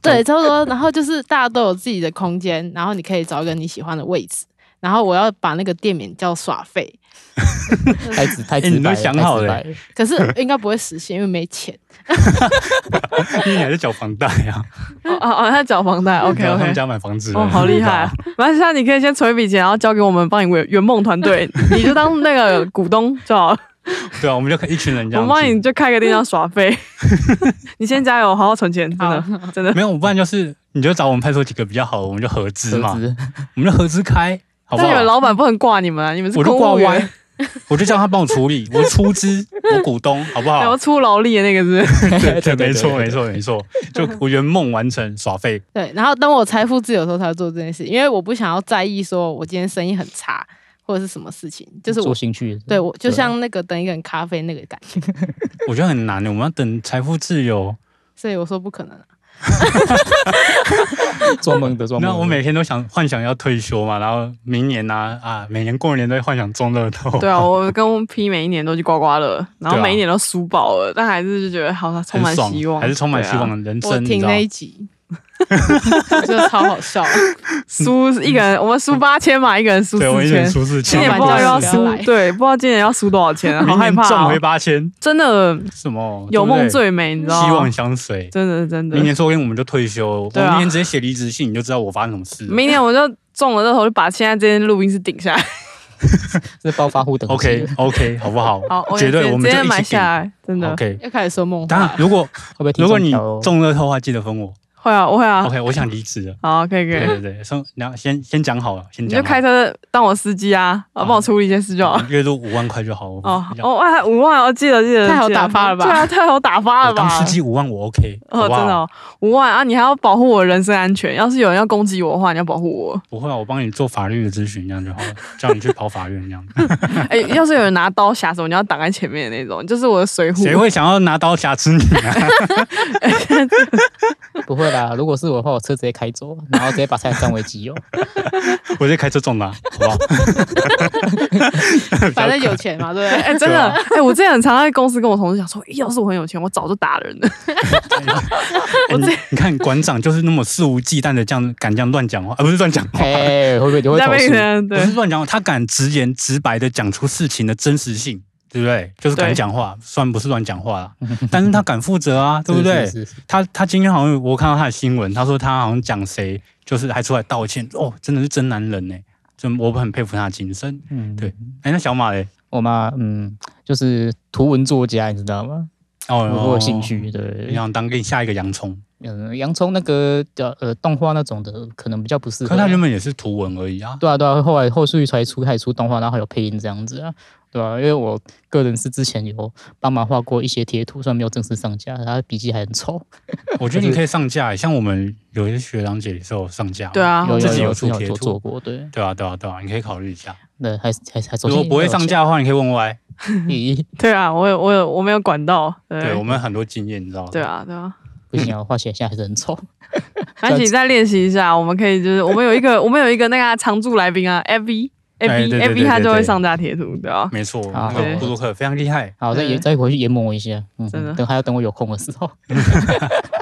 [SPEAKER 4] 对，差不多。然后就是大家都有自己的空间，然后你可以找一个你喜欢的位置，然后我要把那个店名叫耍废，
[SPEAKER 3] 太直太
[SPEAKER 2] 欸
[SPEAKER 3] 直
[SPEAKER 2] 你都
[SPEAKER 3] 白了，
[SPEAKER 2] 想
[SPEAKER 3] 太
[SPEAKER 2] 好
[SPEAKER 3] 直
[SPEAKER 2] 了
[SPEAKER 3] 白了
[SPEAKER 4] 可是应该不会实现，因为没钱。
[SPEAKER 2] 因为你还在缴房贷啊。
[SPEAKER 1] 哦哦哦，他缴房 贷，OK
[SPEAKER 2] 然后他
[SPEAKER 1] OK
[SPEAKER 2] 们。家买房子了，
[SPEAKER 1] 哦，好厉害！马来西亚，你可以先存一笔钱，然后交给我们帮你圆圆梦团 队，你就当那个股东就好了。
[SPEAKER 2] 对啊，我们就可以一群人这
[SPEAKER 1] 我
[SPEAKER 2] 样
[SPEAKER 1] 们
[SPEAKER 2] 子。
[SPEAKER 1] 帮你就开个店叫耍 费，你先加油，好好存钱，真的真的。
[SPEAKER 2] 没有，不然就是你就找我们派出几个比较好的，我们就合资嘛
[SPEAKER 3] 合，资
[SPEAKER 2] 我们就合资开，好不
[SPEAKER 1] 但你
[SPEAKER 2] 好
[SPEAKER 1] 们？老板不能挂你们啊，你们是
[SPEAKER 2] 我就
[SPEAKER 1] 公
[SPEAKER 2] 挂
[SPEAKER 1] 务员
[SPEAKER 2] 歪，，我就叫他帮我 处理，我出资，我股东，好不
[SPEAKER 1] 然
[SPEAKER 2] 好
[SPEAKER 1] 后？出劳力的那个是不是
[SPEAKER 2] 对对，
[SPEAKER 3] 对对
[SPEAKER 2] 没错
[SPEAKER 3] 对
[SPEAKER 2] 没错没错，就我圆梦完成，耍废。
[SPEAKER 4] 对，然后等我财富自由的时候才会做这件事，因为我不想要在意说我今天生意很差或者是什么事情，就是
[SPEAKER 3] 做
[SPEAKER 4] 我
[SPEAKER 3] 兴趣，
[SPEAKER 4] 对我就
[SPEAKER 3] 对啊
[SPEAKER 4] 像那个等一个人咖啡那个感觉，
[SPEAKER 2] 我觉得很难的，我们要等财富自由。
[SPEAKER 4] 所以我说不可能啊、
[SPEAKER 3] 做梦的做梦的。
[SPEAKER 2] 那我每天都想幻想要退休嘛，然后明年呢啊每年过年都会幻想中乐透。
[SPEAKER 1] 对啊，我跟 P 每一年都去刮刮乐，然后
[SPEAKER 2] 对啊
[SPEAKER 1] 每一年都输爆了，但还是就觉得好，充满
[SPEAKER 2] 很爽
[SPEAKER 1] 希望，
[SPEAKER 2] 还是充满
[SPEAKER 1] 对啊
[SPEAKER 2] 希望。的人
[SPEAKER 4] 我
[SPEAKER 2] 生，你
[SPEAKER 4] 听
[SPEAKER 2] 知道
[SPEAKER 4] 那
[SPEAKER 2] 吗？
[SPEAKER 4] 一集， 就超好笑，
[SPEAKER 1] 输一个人，我们输八千嘛，一个人输
[SPEAKER 2] 对，我
[SPEAKER 1] 四
[SPEAKER 2] 一
[SPEAKER 1] 千
[SPEAKER 2] 点。出事
[SPEAKER 1] 今，
[SPEAKER 2] 情
[SPEAKER 1] 年
[SPEAKER 4] 老
[SPEAKER 1] 不知道
[SPEAKER 4] 板
[SPEAKER 1] 要
[SPEAKER 4] 叫你不
[SPEAKER 1] 输
[SPEAKER 4] 要来，
[SPEAKER 1] 对，不知道今年要输多少钱，好
[SPEAKER 2] 明
[SPEAKER 1] 害
[SPEAKER 2] 年
[SPEAKER 1] 怕
[SPEAKER 2] 赚
[SPEAKER 1] 哦、
[SPEAKER 2] 回八千，
[SPEAKER 1] 真的
[SPEAKER 2] 什么
[SPEAKER 1] 有梦，
[SPEAKER 2] 对
[SPEAKER 1] 最美，你
[SPEAKER 2] 不
[SPEAKER 1] 知
[SPEAKER 2] 对
[SPEAKER 1] 道吗？
[SPEAKER 2] 希望相随。
[SPEAKER 1] 真的真的
[SPEAKER 2] 明，年说不定我们就退休，我
[SPEAKER 1] 对啊
[SPEAKER 2] 明年直接写离职信，你就知道我发生什么事了。
[SPEAKER 1] 明年我就中了热头，就把现在这间录音室顶下来。
[SPEAKER 3] 是暴发户等级
[SPEAKER 2] OK OK，好不 好？
[SPEAKER 1] 好，我
[SPEAKER 2] 绝对，我
[SPEAKER 1] 直
[SPEAKER 2] 们就
[SPEAKER 1] 接
[SPEAKER 2] 一
[SPEAKER 1] 买
[SPEAKER 2] 起
[SPEAKER 1] 下来，真
[SPEAKER 2] 顶。
[SPEAKER 1] 的
[SPEAKER 2] OK，
[SPEAKER 4] 要开始说梦
[SPEAKER 2] 当
[SPEAKER 4] 话
[SPEAKER 2] 然，。如果
[SPEAKER 3] 会不会听
[SPEAKER 2] 如果你
[SPEAKER 3] 众挑
[SPEAKER 2] 中乐透的话，记得分我。
[SPEAKER 1] 会啊，我会啊。
[SPEAKER 2] OK，我想离职 了。
[SPEAKER 1] 好，可以可
[SPEAKER 2] 对
[SPEAKER 1] 以，
[SPEAKER 2] 对对，先你要先先讲好了，先
[SPEAKER 1] 你
[SPEAKER 2] 讲
[SPEAKER 1] 就
[SPEAKER 2] 好。
[SPEAKER 1] 开车当我司机啊，啊，帮我处理一件事就好。
[SPEAKER 2] 月入五万块就好。我
[SPEAKER 1] 哦
[SPEAKER 2] 嗯比较
[SPEAKER 1] 哦，哎，五万，哦，记得记得，
[SPEAKER 4] 太好
[SPEAKER 1] 记得
[SPEAKER 4] 打发了吧
[SPEAKER 1] 对啊，太好打发了
[SPEAKER 2] 我
[SPEAKER 1] 吧
[SPEAKER 2] 当？司机五万我 OK，
[SPEAKER 1] 哦，
[SPEAKER 2] 好不
[SPEAKER 1] 真的
[SPEAKER 2] 好？
[SPEAKER 1] 哦，五万啊！你还要保护我人身安全，要是有人要攻击我的话，你要保护我。
[SPEAKER 2] 不会啊，我帮你做法律的咨询，这样就好了，叫你去跑法院这样。
[SPEAKER 1] 哎、要是有人拿刀吓死我，你要挡在前面的那种，就是我的水浒。
[SPEAKER 2] 谁会想要拿刀挟持你啊？
[SPEAKER 3] 不会啦，如果是我的话，我车直接开走，然后直接把菜占为己 有。
[SPEAKER 2] 我就开车撞他，好不好？
[SPEAKER 4] 反正有钱嘛，对不
[SPEAKER 1] 哎、
[SPEAKER 4] 对？
[SPEAKER 1] 真的，
[SPEAKER 2] 对啊
[SPEAKER 1] 哎、我之前很常在公司跟我同事讲说，哎要是我很有钱，我早就打人了。
[SPEAKER 2] 哎你 你看馆长就是那么肆无忌惮的这样敢这样乱讲话，啊而不是乱讲话，
[SPEAKER 3] 哎，会不会你会
[SPEAKER 1] 在
[SPEAKER 3] 投
[SPEAKER 1] 被
[SPEAKER 3] 诉？
[SPEAKER 1] 人
[SPEAKER 2] 不
[SPEAKER 1] 对
[SPEAKER 2] 是 乱讲话，他敢直言直白的讲出事情的真实性，对不对？就是敢
[SPEAKER 1] 对
[SPEAKER 2] 讲话，虽然不是乱讲话 啦，但是他敢负责啊，对
[SPEAKER 3] 是
[SPEAKER 2] 不对？
[SPEAKER 3] 是是是
[SPEAKER 2] 他他今天好像我看到他的新闻，他说他好像讲谁，就是还出来道歉，哦，真的是真男人呢，真我很佩服他的精神。
[SPEAKER 3] 嗯，
[SPEAKER 2] 对哎，那小马嘞？
[SPEAKER 3] 我嘛，嗯，就是图文作家，你知道吗？
[SPEAKER 2] 哦，
[SPEAKER 3] 我我有兴趣，
[SPEAKER 2] 你
[SPEAKER 3] 对，
[SPEAKER 2] 想当给你下一个洋葱，
[SPEAKER 3] 嗯，洋葱那个叫呃动画那种的，可能比较不适
[SPEAKER 2] 可
[SPEAKER 3] 合
[SPEAKER 2] 是他
[SPEAKER 3] 啊。
[SPEAKER 2] 原本也是图文而已啊。
[SPEAKER 3] 对啊，对啊，后来后续才出开始出动画，然后还有配音这样子啊，对啊，因为我个人是之前有帮忙画过一些贴图，虽然没有正式上架，他笔记还很丑。
[SPEAKER 2] 我觉得你可以上架欸，像我们有一些学长姐也是有上架嘛。
[SPEAKER 1] 对啊，
[SPEAKER 3] 有
[SPEAKER 2] 自
[SPEAKER 3] 有
[SPEAKER 2] 己有
[SPEAKER 3] 有
[SPEAKER 2] 出
[SPEAKER 3] 有
[SPEAKER 2] 贴
[SPEAKER 3] 做
[SPEAKER 2] 图
[SPEAKER 3] 做过，对，
[SPEAKER 2] 对啊，对啊，对啊，你可以考虑一下。
[SPEAKER 3] 那还还还首
[SPEAKER 2] 如
[SPEAKER 3] 先
[SPEAKER 2] 果不会上架的话，你可以问 Y。
[SPEAKER 3] 你，咦
[SPEAKER 1] 对啊，我有我有我没有管到，对
[SPEAKER 2] 对我们很多经验，你知道吗？
[SPEAKER 1] 对，啊对啊。
[SPEAKER 3] 不行啊，我画起来现在还是很丑。
[SPEAKER 1] 而且你再练习一下，我们可以就是我们有一个我们有一个那个啊常驻来宾啊，AV
[SPEAKER 2] 哎对
[SPEAKER 1] AV
[SPEAKER 2] 对对
[SPEAKER 1] AV 他
[SPEAKER 2] 对
[SPEAKER 1] 就会
[SPEAKER 2] 对
[SPEAKER 1] 上架贴图，对啊。
[SPEAKER 2] 没错，
[SPEAKER 3] 啊
[SPEAKER 2] 那个
[SPEAKER 1] 对
[SPEAKER 2] 布鲁克非常厉害。
[SPEAKER 3] 好，再
[SPEAKER 1] 对
[SPEAKER 3] 研再回去研磨一下，嗯
[SPEAKER 1] 真的，
[SPEAKER 3] 等还要等我有空的时候，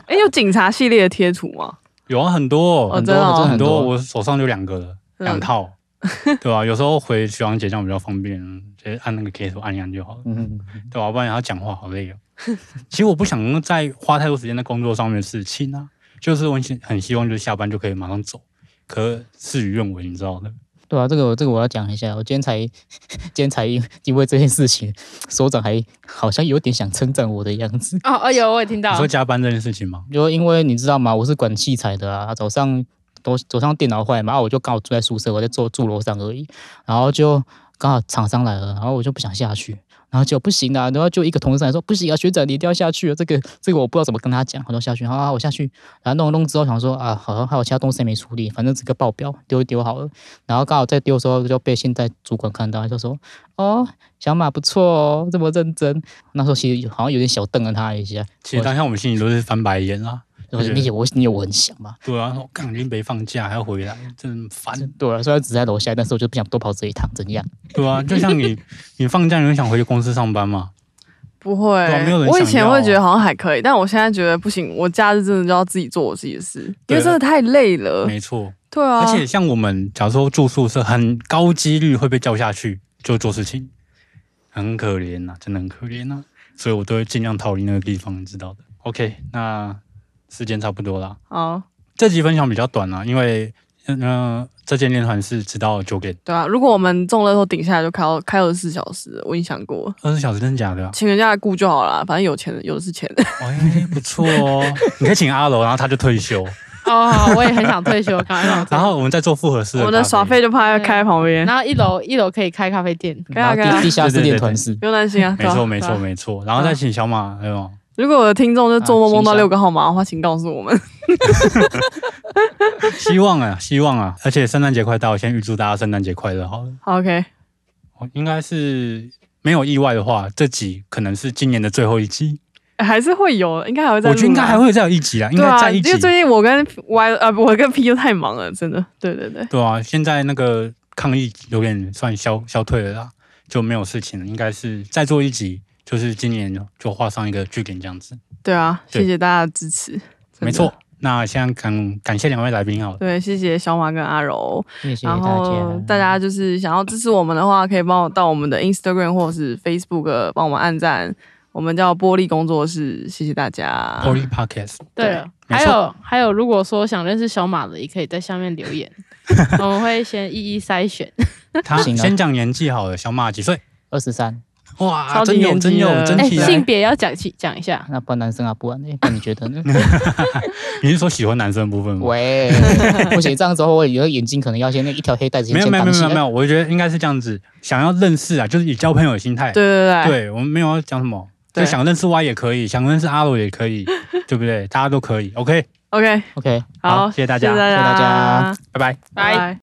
[SPEAKER 1] 哎、有警察系列的贴图吗？
[SPEAKER 2] 有啊，很多
[SPEAKER 1] 哦
[SPEAKER 2] 哦
[SPEAKER 1] 真的哦
[SPEAKER 3] 真的
[SPEAKER 2] 很
[SPEAKER 3] 很
[SPEAKER 2] 多，
[SPEAKER 3] 多。
[SPEAKER 2] 我手上就两个了，
[SPEAKER 1] 嗯
[SPEAKER 2] 两 套，对吧？有时候回学长姐这样比较方便，直接按那个 K 图按一按就好了，
[SPEAKER 3] 嗯，
[SPEAKER 2] 对吧？不然要讲话好累哦。 其实我不想再花太多时间在工作上面的事情啊，就是我很希很希望就是下班就可以马上走，可事与愿违，你知道的。
[SPEAKER 3] 对啊，这个我这个我要讲一下，我今天才 今天才因因为这件事情， 所长还好像有点想称赞我的样子。
[SPEAKER 4] 哦哦有，我也听到
[SPEAKER 2] 你，说加班这件事情吗？
[SPEAKER 3] 啊就因为你知道吗？我是管器材的啊，早上都早上电脑坏嘛，然啊后我就刚好住在宿舍，我在住住楼上而已，然后就刚好厂商来了，然后我就不想下去，然后就不行啊，然后就一个同事来说不行啊，学长你一定要下去啊，这个这个我不知道怎么跟他讲，我说下去，好啊，我下去，然后弄一弄之后想说啊，好像还有其他东西还没处理，反正这个报表丢一丢好了，然后刚好在丢的时候就被现在主管看到，就说哦，小马不错哦，这么认真，那时候其实好像有点小瞪了他一下，
[SPEAKER 2] 其实当下我们心里都是翻白眼啊。
[SPEAKER 3] 我说
[SPEAKER 2] 对
[SPEAKER 3] 你有我你有我很想嘛。
[SPEAKER 2] 对啊，我刚已经没放假还要回来，真烦。
[SPEAKER 3] 对啊，虽然只在楼下，但是我就不想多跑这一趟，怎样？
[SPEAKER 2] 对啊，就像你，你放假你会想回公司上班嘛？
[SPEAKER 1] 不会、
[SPEAKER 2] 对啊没有人
[SPEAKER 1] 我以
[SPEAKER 2] 想
[SPEAKER 1] 前
[SPEAKER 2] 要
[SPEAKER 1] 会
[SPEAKER 2] 啊
[SPEAKER 1] 觉得好像还可以，但我现在觉得不行，我假日真的就要自己做我自己的事，因
[SPEAKER 2] 对
[SPEAKER 1] 为真
[SPEAKER 2] 啊
[SPEAKER 1] 的太累了。
[SPEAKER 2] 没错，
[SPEAKER 1] 对啊，
[SPEAKER 2] 而且像我们假如说住宿舍，很高几率会被叫下去就做事情，很可怜呐、真的很可怜呐、所以我都会尽量逃离那个地方，你知道的。OK，那时间差不多啦，
[SPEAKER 1] 好，
[SPEAKER 2] 这集分享比较短啦、因为嗯、呃这间连环是直到九点，
[SPEAKER 1] 对啊，如果我们中乐透顶下来就开到开二十四小时，我已经想过了，
[SPEAKER 2] 二十小时真的假的、啊？
[SPEAKER 1] 请人家来雇就好了，反正有钱有的是钱。
[SPEAKER 2] 哎，不错 哦，你可以请阿楼，然后他就退休，
[SPEAKER 4] 哦，我也很想退休，干嘛想退休
[SPEAKER 2] 然后我们再做复合式
[SPEAKER 1] 我们
[SPEAKER 2] 的
[SPEAKER 1] 的
[SPEAKER 2] 咖啡
[SPEAKER 1] 耍费就怕要开在旁边，
[SPEAKER 4] 然后一楼一楼可以开咖啡
[SPEAKER 2] 嗯
[SPEAKER 4] 店，
[SPEAKER 1] 可以啊可以
[SPEAKER 3] 然后
[SPEAKER 1] 啊
[SPEAKER 3] 地，地下室
[SPEAKER 2] 对对
[SPEAKER 3] 练
[SPEAKER 2] 对
[SPEAKER 3] 团
[SPEAKER 2] 对
[SPEAKER 3] 式，
[SPEAKER 1] 不用担心啊。
[SPEAKER 2] 没
[SPEAKER 1] 对
[SPEAKER 2] 错
[SPEAKER 1] 啊
[SPEAKER 2] 没错。
[SPEAKER 1] 对啊
[SPEAKER 2] 没错，然后再请小马，还有
[SPEAKER 1] 如果我的听众就做梦梦到
[SPEAKER 3] 啊
[SPEAKER 1] 六个号码的话，请告诉我们。
[SPEAKER 2] 希望啊希望啊，而且圣诞节快到，先预祝大家圣诞节快乐好了。
[SPEAKER 1] 好 OK，
[SPEAKER 2] 我哦应该是没有意外的话，这集可能是今年的最后一集，
[SPEAKER 1] 还是会有，应该还会再
[SPEAKER 2] 我
[SPEAKER 1] 录啊。
[SPEAKER 2] 觉得应该还会再有一集啦，应
[SPEAKER 1] 对
[SPEAKER 2] 该
[SPEAKER 1] 啊，
[SPEAKER 2] 再一
[SPEAKER 1] 因
[SPEAKER 2] 集
[SPEAKER 1] 为。最近我跟 Y 呃，不我跟 P 都太忙了，真的。对对对，
[SPEAKER 2] 对啊，现在那个抗疫有点算消消退了啦，就没有事情了，应该是再做一集，就是今年就画上一个句点这样子。
[SPEAKER 1] 对啊，
[SPEAKER 2] 对
[SPEAKER 1] 谢谢大家的支持。真的
[SPEAKER 2] 没错。，那现在感感谢两位来宾好了，
[SPEAKER 1] 对，谢谢小马跟阿柔。
[SPEAKER 3] 谢谢
[SPEAKER 1] 然
[SPEAKER 3] 大
[SPEAKER 1] 后
[SPEAKER 3] 家。
[SPEAKER 1] 大家就是想要支持我们的话，可以帮我到我们的 Instagram 或者是 Facebook 呃帮我们按赞。我们叫玻璃工作室，谢谢大家。
[SPEAKER 3] 啊
[SPEAKER 2] Poly Podcast，
[SPEAKER 4] 对了，
[SPEAKER 2] 对
[SPEAKER 4] 还
[SPEAKER 2] 没错
[SPEAKER 4] 有还有，如果说想认识小马的，也可以在下面留 言，我们会先一一筛选。
[SPEAKER 2] 他
[SPEAKER 3] 行啊
[SPEAKER 2] 先讲年纪好了，小马几岁？
[SPEAKER 3] 二十三，
[SPEAKER 2] 哇，
[SPEAKER 1] 超级
[SPEAKER 2] 真有
[SPEAKER 1] 年
[SPEAKER 2] 真
[SPEAKER 1] 纪
[SPEAKER 2] 有
[SPEAKER 1] 了
[SPEAKER 2] 真啊
[SPEAKER 4] 哎、
[SPEAKER 2] 起
[SPEAKER 4] 性
[SPEAKER 2] 来！
[SPEAKER 4] 别要讲起讲一下，
[SPEAKER 3] 那不然男生啊，不 然呢？那你觉得呢？
[SPEAKER 2] 你是说喜欢男生的部分吗？
[SPEAKER 3] 喂，不行，这样之后我以后眼睛可能要先那一条黑带子
[SPEAKER 2] 没
[SPEAKER 3] 先
[SPEAKER 2] 有
[SPEAKER 3] 先
[SPEAKER 2] 没有没有
[SPEAKER 3] 绑起
[SPEAKER 2] 没有没
[SPEAKER 3] 来。
[SPEAKER 2] 有，我觉得应该是这样子，想要认识啊，就是以交朋友的心态。
[SPEAKER 1] 对对
[SPEAKER 2] 对，
[SPEAKER 1] 对
[SPEAKER 2] 我们没有要讲什么，
[SPEAKER 1] 对
[SPEAKER 2] 就想认识 Y 也可以，想认识阿罗也可以，对不对？大家都可以。OK，
[SPEAKER 1] ，OK，
[SPEAKER 3] OK，
[SPEAKER 1] 好，
[SPEAKER 2] 好谢谢大家
[SPEAKER 1] 谢谢大
[SPEAKER 3] 谢谢大家
[SPEAKER 1] 家，
[SPEAKER 2] 拜拜。
[SPEAKER 4] 拜。